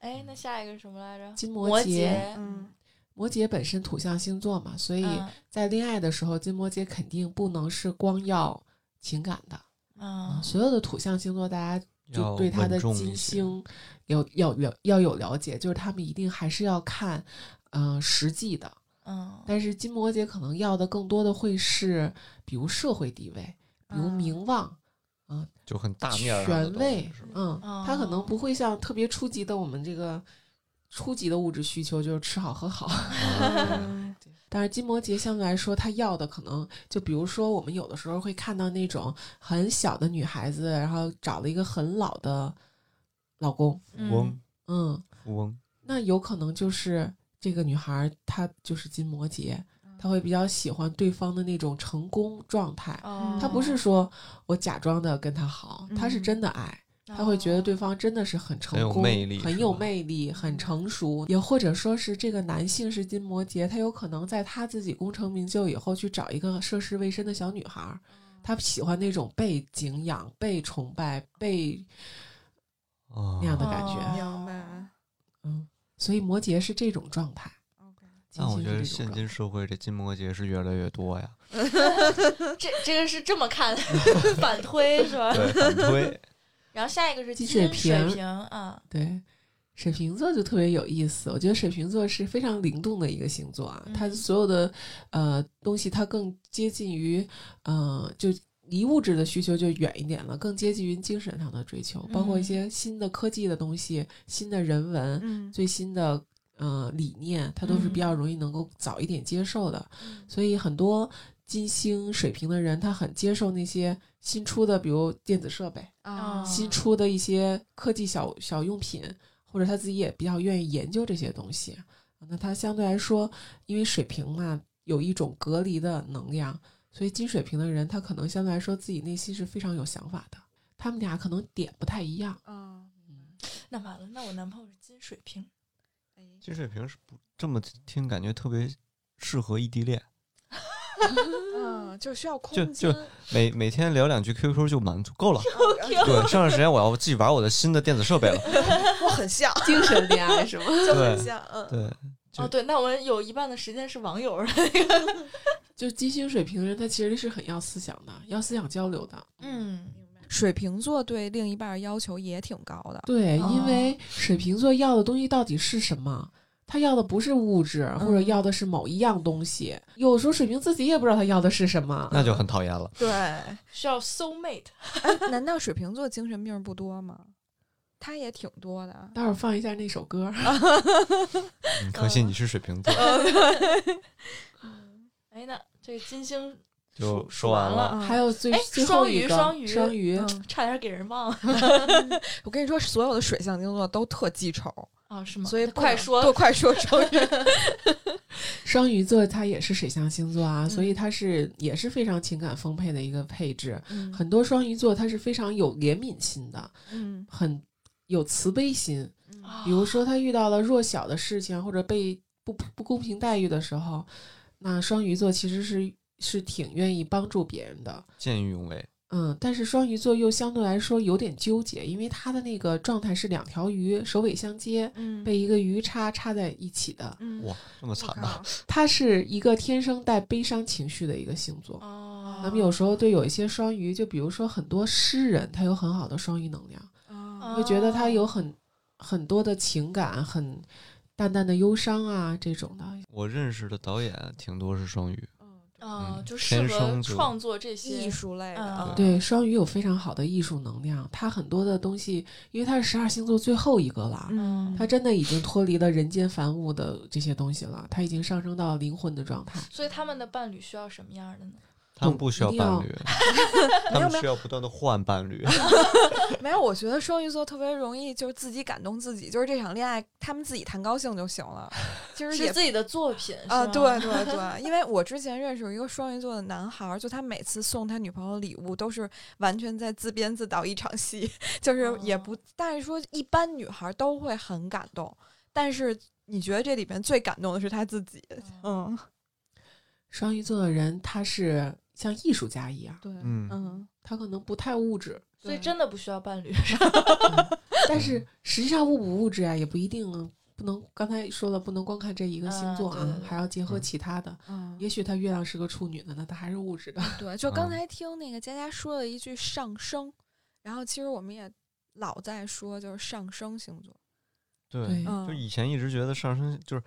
哎，那下一个是什么来着？
金摩
摩
羯
嗯
摩羯本身土象星座嘛，所以
嗯
在恋爱的时候，金摩羯肯定不能是光要情感的。啊
嗯
所有的土象星座，大家就
要
对他
稳
的
重一
金
些，
星要要要要有了解，就是他们一定还是要看，嗯、实际的。
嗯，
但是金摩羯可能要的更多的会是，比如社会地位，比如
啊
名望、
就很大面儿上的
权
东
位
西 是，吧？
嗯，他可能
哦
不会像特别初级的我们这个初级的物质需求，就是吃好喝好。
啊
嗯
但是金摩羯相对来说，他要的可能就比如说，我们有的时候会看到那种很小的女孩子，然后找了一个很老的老公，
嗯
翁
嗯，
富翁，
那有可能就是这个女孩儿她就是金摩羯，她会比较喜欢对方的那种成功状态。
哦
她不是说我假装的跟他好，她是
嗯
真的爱，她会觉得对
哦
方真的是很成
很有
功、
魅力
很
是
有
吧
魅力、很成熟。也或者说是这个男性是金摩羯，他有可能在他自己功成名就以后去找一个涉世未深的小女孩儿，他喜欢那种被敬仰、被崇拜、被
那
那样的感觉
哦
明白
嗯，所以摩羯是这种状态。
，OK，
金
但我
星
觉
是
得
这种
现
状
今
态
社会这金摩羯是越来越多 呀，
这这个是这么看 反推是吧？
对，反推，
然后下一个是
金
金
水
水
瓶
瓶啊，
对，
嗯
水瓶座就特别有意思。我觉得水瓶座是非常灵动的一个星座啊，它
嗯
所有的呃东西，它更接近于呃就。离物质的需求就远一点了，更接近于精神上的追求，包括一
嗯
些新的科技的东西、新的人文、
嗯
最新的呃理念，它都是
嗯
比较容易能够早一点接受的。所以很多金星水平的人，他很接受那些新出的，比如电子设备，
啊，
嗯
新出的一些科技小小用品，或者他自己也比较愿意研究这些东西。啊那他相对来说，因为水瓶嘛，有一种隔离的能量，所以金水瓶的人，他可能相对来说自己内心是非常有想法的。他们俩可能点不太一样，
啊，
嗯那完了，那我男朋友是金水瓶，哎，
金水瓶是不这么听感觉特别适合异地恋，
嗯，就需要空
就
间
就每每天聊两句 QQ 就满足够了。
嗯
QQ
对，剩下时间我要自己玩我的新的电子设备了。
我很像，
精神恋爱是吗？
就很
对
像，嗯，
对，就
哦，对，那我们有一半的时间是网友的，
就金星水瓶人，他其实是很要思想的，要思想交流的。
嗯，
水瓶座对另一半要求也挺高的，
对，
哦
因为水瓶座要的东西到底是什么？他要的不是物质，或者
嗯
要的是某一样东西。有时候水瓶自己也不知道他要的是什么。
那就很讨厌了。
对，
需要 soul mate，
难道水瓶座精神病不多吗？他也挺多的，
待会儿放一下那首歌。
啊
嗯可惜你是水瓶座，
哎，那这个金星
就
说
说完
了
了。
嗯
还有最
哎
最后一个
双鱼双
双鱼
嗯
差点给人忘了
我跟你说，所有的水象星座都特记仇，
啊、是吗？
所以
那快
都
说，
快说成语。
双鱼座它也是水象星座
嗯
啊，所以它是也是非常情感丰沛的一个配置。
嗯
很多双鱼座它是非常有怜悯心的，
嗯，
很有慈悲心。
啊
比如说他遇到了弱小的事情或者被不不公平待遇的时候，那双鱼座其实是是挺愿意帮助别人的。
见义勇为，
嗯，但是双鱼座又相对来说有点纠结，因为他的那个状态是两条鱼首尾相接，
嗯
被一个鱼叉插在一起的。
嗯
哇，这么惨 啊！
他是一个天生带悲伤情绪的一个星座。
哦，
咱们有时候对有一些双鱼，就比如说很多诗人，他有很好的双鱼能量，
啊
啊
会觉得他有
哦
很很多的情感，很淡淡的忧伤啊这种的。
哦
我认识的导演挺多是双鱼，
嗯，就适
天
合
生就
创作这些
艺，术类的
嗯，
对，双鱼有非常好的艺术能量，他很多的东西，因为他是十二星座最后一个了，
嗯，
他真的已经脱离了人间凡物的这些东西了，他已经上升到灵魂的状态。
所以他们的伴侣需要什么样的呢？
他们不需要
一定 要
伴侣，他们需要不断的换伴侣。
没有，我觉得双鱼座特别容易就是自己感动自己，就是这场恋爱他们自己谈高兴就行了，其实也
是自己的作品
啊、
是吗
对对对，因为我之前认识一个双鱼座的男孩儿，就他每次送他女朋友礼物都是完全在自编自导一场戏， 就是也
哦
不，但是说一般女孩儿都会很感动，但是你觉得这里边最感动的是他自己，嗯，
双鱼座的人，他是像艺术家一样，
对，
嗯，
嗯，
他可能不太 物质，嗯
所以
对
真的不需要 伴侣，
但是
嗯
实际上物不物质啊，也不一定啊。不能，刚才说了，不能光看这一个星座啊，
啊对对对
还要结合其他的。
嗯
也许他月亮是个处女的呢，他还是物质的。
对，就刚
嗯
才听那个佳佳说了一句上升，然后其实我们也老在说就是上升星座，
对，就
嗯
以前一直觉得上升就是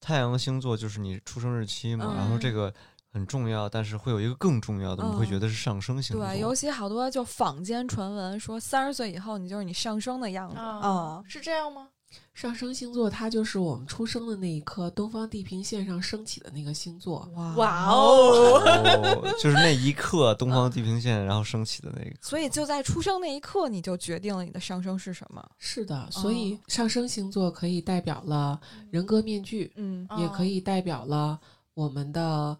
太阳星座，就是你出生日期嘛，然后这个很重要，但是会有一个更重要的，我们会觉得是上升星座。
对，啊尤其好多就坊间传闻说三十岁以后你就是你上升的样子，
啊
嗯，
是这样吗？
上升星座，它就是我们出生的那一刻，东方地平线上升起的那个星
嗯
座。
哇
哇哦，
哦，就是那一刻东方地平线然后升起的那个，
所以就在出生那一刻，你就决定了你的上升是什么。
是
嗯
的，所以上升星座可以代表了人格面具，
嗯
也可以代表了我们的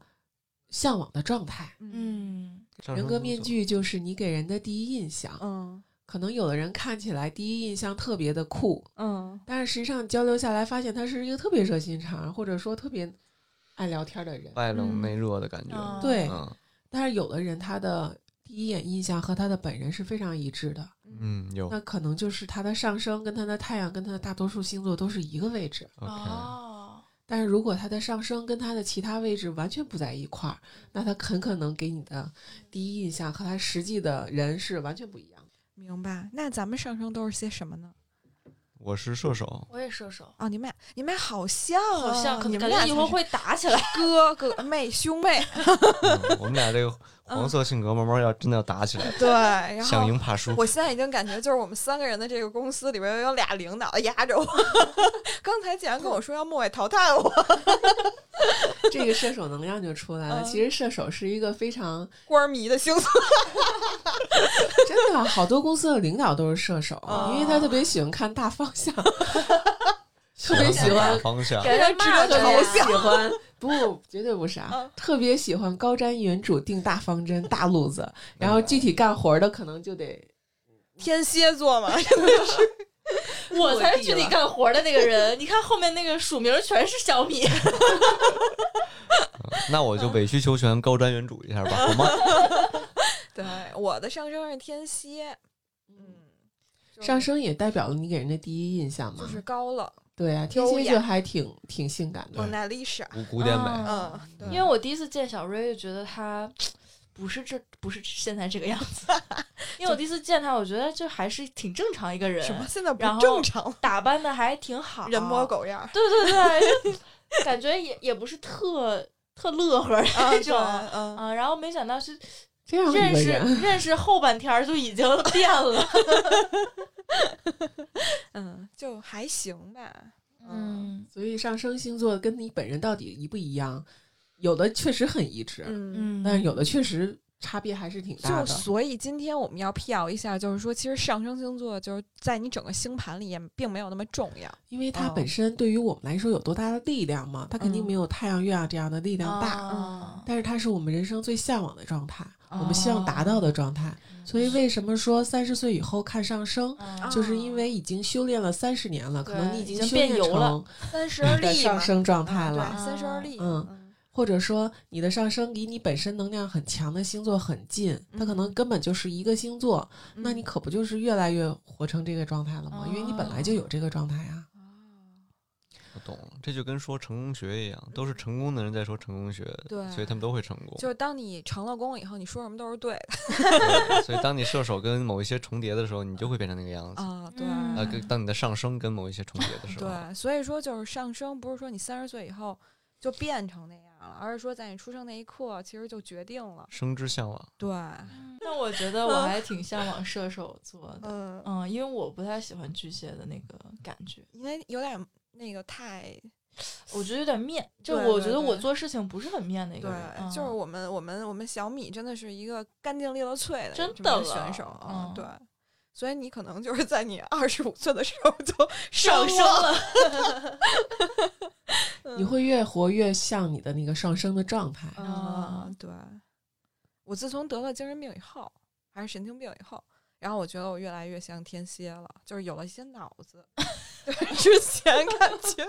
向往的状态。
嗯，
上升
人格面
星座
具就是你给人的第一印象，
嗯
可能有的人看起来第一印象特别的酷，
嗯
但是实际上交流下来发现他是一个特别热心肠，或者说特别爱聊天的人。
外冷
嗯
内热的感觉。
啊
对，
嗯
但是有的人他的第一眼印象和他的本人是非常一致的，
嗯，有
那可能就是他的上升跟他的太阳跟他的大多数星座都是一个位置。
OK，
哦，
但是如果他的上升跟他的其他位置完全不在一块儿，那他很可能给你的第一印象和他实际的人是完全不一样的。
明白。那咱们上升都是些什么呢？
我是射 手，
我也射手，
哦，你们俩你们俩好像、啊，
好像可
你
能
们
感
俩
觉一会儿会打起 来，
哥哥妹兄妹，
嗯我们俩这个 黄色性格慢慢要真的要打起来，
嗯对，然后
想赢怕输。
我现在已经感觉，就是我们三个人的这个公司里边有俩领导压着我。刚才竟然跟我说要末位淘汰我，
这个射手能量就出来了。
嗯
其实射手是一个非常
官迷的星座。
真的，啊好多公司的领导都是射手，啊
哦
因为他特别喜欢看大方 向，特别喜欢
打方 向，
给人
骂
骂
着
着
特别
呀
呀。
喜欢，不，绝对不是啊
嗯，
特别喜欢高瞻远瞩、定大方针、大路子，然后具体干活的可能就得，
天蝎座嘛，
我才是具体
落地了
干活的那个 人。你看后面那个署名全是小米，
嗯
那我就委曲求全，高瞻远瞩一下吧，好吗？
对，我的上升是天蝎，嗯，就是
上升也代表了你给人的第一印象嘛。
就是高冷，
对啊，天
优
蝎
雅
就还挺挺性感的
蒙。娜丽莎，
古古典美，
啊
嗯，对，
因为我第一次见小瑞，就觉得他不是这不是现在这个样 子。因为我第一次见他，我觉得就还是挺正常一个人
什，么现在不
然后
正常，啊
打扮的还挺好，
人模。狗样儿，
对对对， 就感觉也也不是特特乐呵的
啊，
那
对，
种。
嗯，
啊，然后没想到是
这样一
认
个
识
人，
认识后半天儿就已经 变了，
嗯，就还行吧。
嗯
所以上升星座跟你本人到底一不一样，有的确实很一致，
嗯，
嗯，
但是有的确实差别还是挺大
就
的。
所以今天我们要辟谣一下，就是说，其实上升星座就是在你整个星盘里也并没有那么重要。
因为它
哦
本身对于我们来说有多大的力量嘛，它肯定
嗯
没有太阳、月亮这样的力量大，
啊
但是它是我们人生最向往的状态，我
啊
们希望达到的状态。
嗯
所以为什么说三十岁以后看上升，
啊
就是因为已经修炼了三十年了，可能
对
你
已
经
经
修
变
炼
油了
成
三十而
的
立嘛
嗯上，升状态
嗯
了。
对，三十而立，
嗯或者说你的上升离你本身能量很强的星座很近，它可能
嗯
根本就是一个星座，
嗯
那你可不就是越来越活成这个状态了吗？因为你本来就有这个状态啊。
哦
我懂了，这就跟说成功学一样，都是成功的人在说成功学，
对
所以他们都会成功。
就是当你成了功以后，你说什么都是对的
对所以当你射手跟某一些重叠的时候，你就会变成那个样子。
啊，对。
啊，
嗯
跟当你的上升跟某一些重叠的时候，
对，所以说就是上升，不是说你三十岁以后就变成那样了，而是说在你出生那一刻，其实就决定了。
生之向往。
对，
嗯那我觉得我还挺向往射手座的，
嗯，
嗯，因为我不太喜欢巨蟹的那个感觉，
因为有点那个太
我觉得有点面，就
对
我
对
觉得我
对
做事情不是很面的一个
对
人，嗯，
就是我们我们我们小米真的是一个干净利落脆的
真
这
的
么一个选
了
手啊，
嗯
对。所以你可能就是在你二十五岁的时候就
上 升
了，
了，
嗯
你会越活越像你的那个上升的状态。
哦
啊，对。我自从得了精神病以后，还是神经病以后，然后我觉得我越来越像天蝎了，就是有了一些脑子。 对，之前感 觉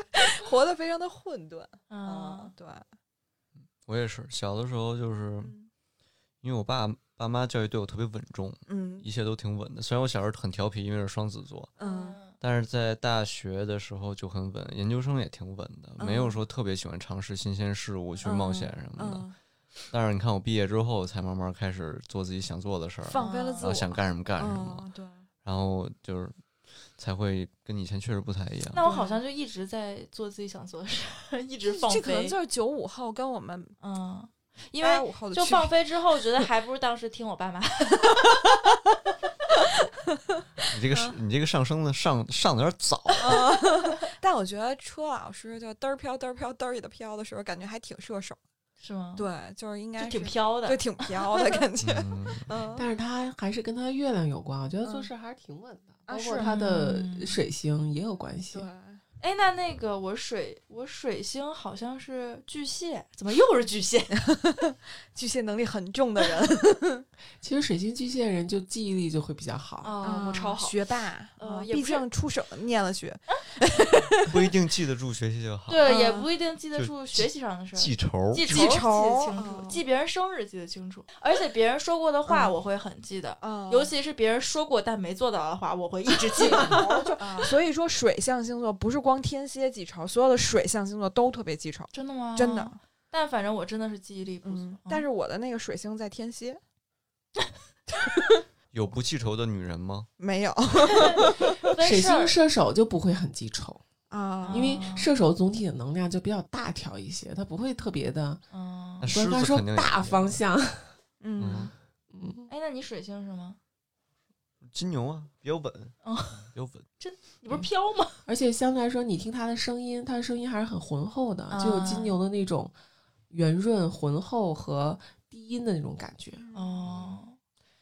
活得非常的混沌啊
嗯，，
对，
我也是，小的时候就是
嗯
因为我爸爸妈教育对我特别稳重，
嗯
一切都挺稳的。虽然我小时候很调皮，因为是双子座，
嗯
但是在大学的时候就很稳，研究生也挺稳的，没有
嗯
说特别喜欢尝试新鲜事物去冒险什么的。
嗯，
但是你看我毕业之后，才慢慢开始做自己想做的事儿，
放飞了
然
然
自
后
我，
哦想干什么干什么，
嗯，对，
然后就是才会跟以前确实不太一样。
那我好像就一直在做自己想做的事，一直放
这可能
飞，
就是哎九五后跟我们
嗯，因为
八五后的
就
区
放
别
飞之后，觉得还不如当时听我爸妈。
你这个
嗯
是你这个上升的上上的有点早，啊
但我觉得车老师就嘚儿飘嘚儿飘嘚儿的飘的时候，感觉还挺射手。
是吗？，
对，就是应该
就挺
是
飘的。
对，挺飘的 感觉。
嗯，
嗯，
但是它还是跟它月亮有关，我觉得做
嗯
事还是挺稳的，
啊
包
是
括它的
嗯
水星也有关系
对。，
哎，那那个我水我水星好像是巨蟹，怎么又是巨蟹？
巨蟹能力很重的人，
其实水星巨蟹人就记忆力就会比较好，
哦
啊， 我超好。
嗯学霸。
呃
嗯
也
毕
不是
竟出手念了学。
不一定记得住学习就好，
对，
嗯
也不一定记得
就
住
记
学习上的事儿，
记仇
记
记
记
仇
得清楚，
哦
记别人生日记得清楚，而且别人说过的话
嗯
我会很记得，
嗯，
尤其是别人说过但没做到的话，我会一直 记得。
仇就。
啊，
所以说，水象星座不是光天蝎记仇，所有的水象星座都特别记仇，
真的吗？
真的。
但反正我真的是记忆力不足
啊嗯，，但是我的那个水星在天蝎，
有不记仇的女人吗？
没有
分
水
事儿
星射手就不会很记仇，
啊，
因为
哦
射手总体的能量就比较大条一些，他不会特别的，
嗯
那，
不
狮
是他
子
说
肯定也
大
是
方向。
嗯
嗯，
嗯，
哎，那你水星是吗？
金牛啊，比较稳，
哦
比 较稳。
你不是飘吗？
而且相对来说，你听他的声音，他的声音还是很浑厚的，就有
哦
金
啊
牛的那种圆润、浑厚和低音的那种感觉。
哦，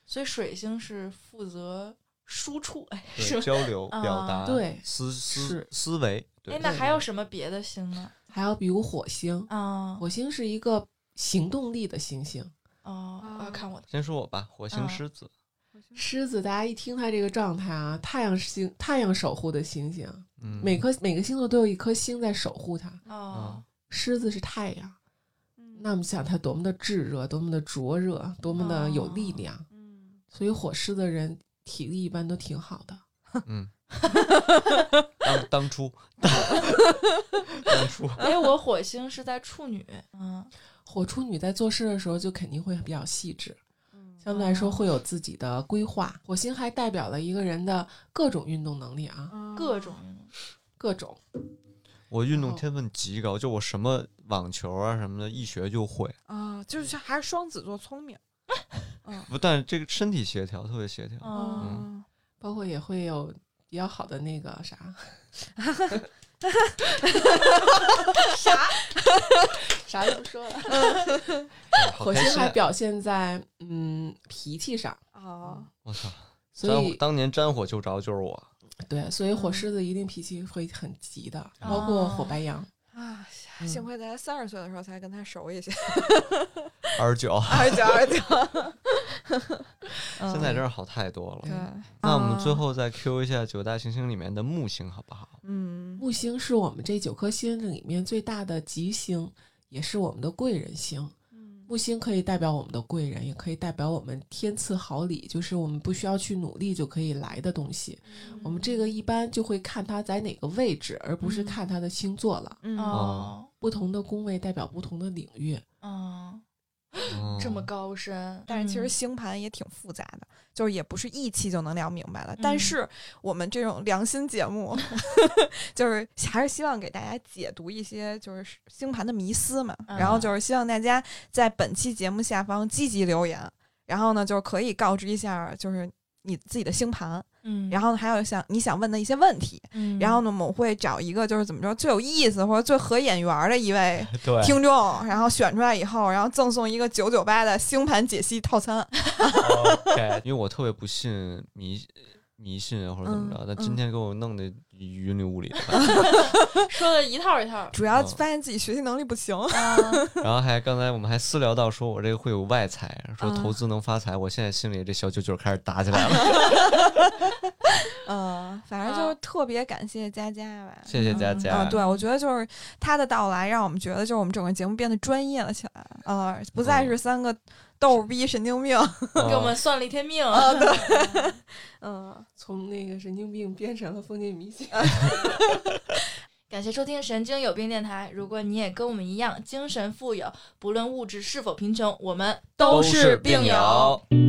所以水星是负责输出，哎，是
对，
吗？
交流、表
啊
达、
对
思思
是
思维，
哎
对，，
那还有什么别的星呢？
还有比如火星，
啊
火星是一个行动力的行星，
啊
哦，我要看我的
嗯
先说我吧，火星
啊
狮子，
狮子，大家一听它这个状态啊，太阳星太阳守护的星星，啊
嗯，
每颗每个星座都有一颗星在守护它。
哦，
狮子是太阳，那我们想它多么的炙热，多么的灼热，啊多么的有力量。
嗯，
所以火狮的人体力一般都挺好的。
嗯，当当初，当当初，
因为我火星是在处女，嗯，
火处女在做事的时候就肯定会比较细致，
嗯
相对来说会有自己的规划。火星还代表了一个人的各种运动能力啊，
嗯
各种
各种。
我运动
哦
天分极高，就我什么网球啊什么的，一学就会。
啊，就是还是双子座聪明，
不，但是这个身体协调特别协
哦
调，
哦
嗯，
嗯
包括也会有比较好的那个啥，啥啥都不说了。
好
火
开
星
心
还
啊！
表现在嗯脾气上，
哦，
我操，
所
当
以
当年沾火就着就是我，
对，所以火狮子一定脾气会很急的，
嗯
包括
哦
火白羊。
啊，
嗯
幸亏在三十岁的时候才跟他熟一些，
二十
哦
九，
二十九，二十九，
现在真是好太多了。
对
嗯，
那我们最
啊，
后再 Q 一下九大行星里面的木星好不好？
嗯
木星是我们这九颗星里面最大的吉星，也是我们的贵人星。
嗯
木星可以代表我们的贵人，也可以代表我们天赐好礼，就是我们不需要去努力就可以来的东西。我们这个一般就会看它在哪个位置，而不是
嗯
看它的星座了。
嗯
哦
哦，
不同的宫位代表不同的领域。
哦
嗯，
嗯
这么高深，
但是其实
嗯
星盘也挺复杂的，就是也不是一期就能聊明白了。但
嗯
是我们这种良心节目， 就是还是希望给大家解读一些就是星盘的迷思嘛。然后
嗯
就是希望大家在本期节目下方积极留言，然后呢就是可以告知一下就是你自己的星盘，
嗯，
然
后，
后还有想你想问的一些问题。
嗯
然后呢，我们会找一个就是怎么说最有意思或者最合眼缘儿的一位
对
听众，然后选出来以后，然后赠送一个九九八的星盘解析套餐。
OK，因为嗯我特别不信迷迷信啊或者怎么着，
嗯
但今
嗯
天给我弄得云里雾里的，
说的一套一 套，
主要
嗯
发现自己学习能力不行，
嗯
然后还刚才我们还私聊到说我这个会有外财，说
嗯
投资能发财，我现在心里这小九九开始打起来了，
嗯，反正就是特别感谢佳佳吧。
谢谢佳佳，
嗯，对，我觉得就是她的到来，让我们觉得就是我们整个节目变得专业了起来，啊，不再是三个逗逼神经病，
嗯
给我们算了一天命，
嗯，
从那个神经病变成了封建迷信。
感谢收听《神经有病电台》。如果你也跟我们一样精神富有，不论物质是否贫穷，我们
都
都
是
是
病
病
友
友。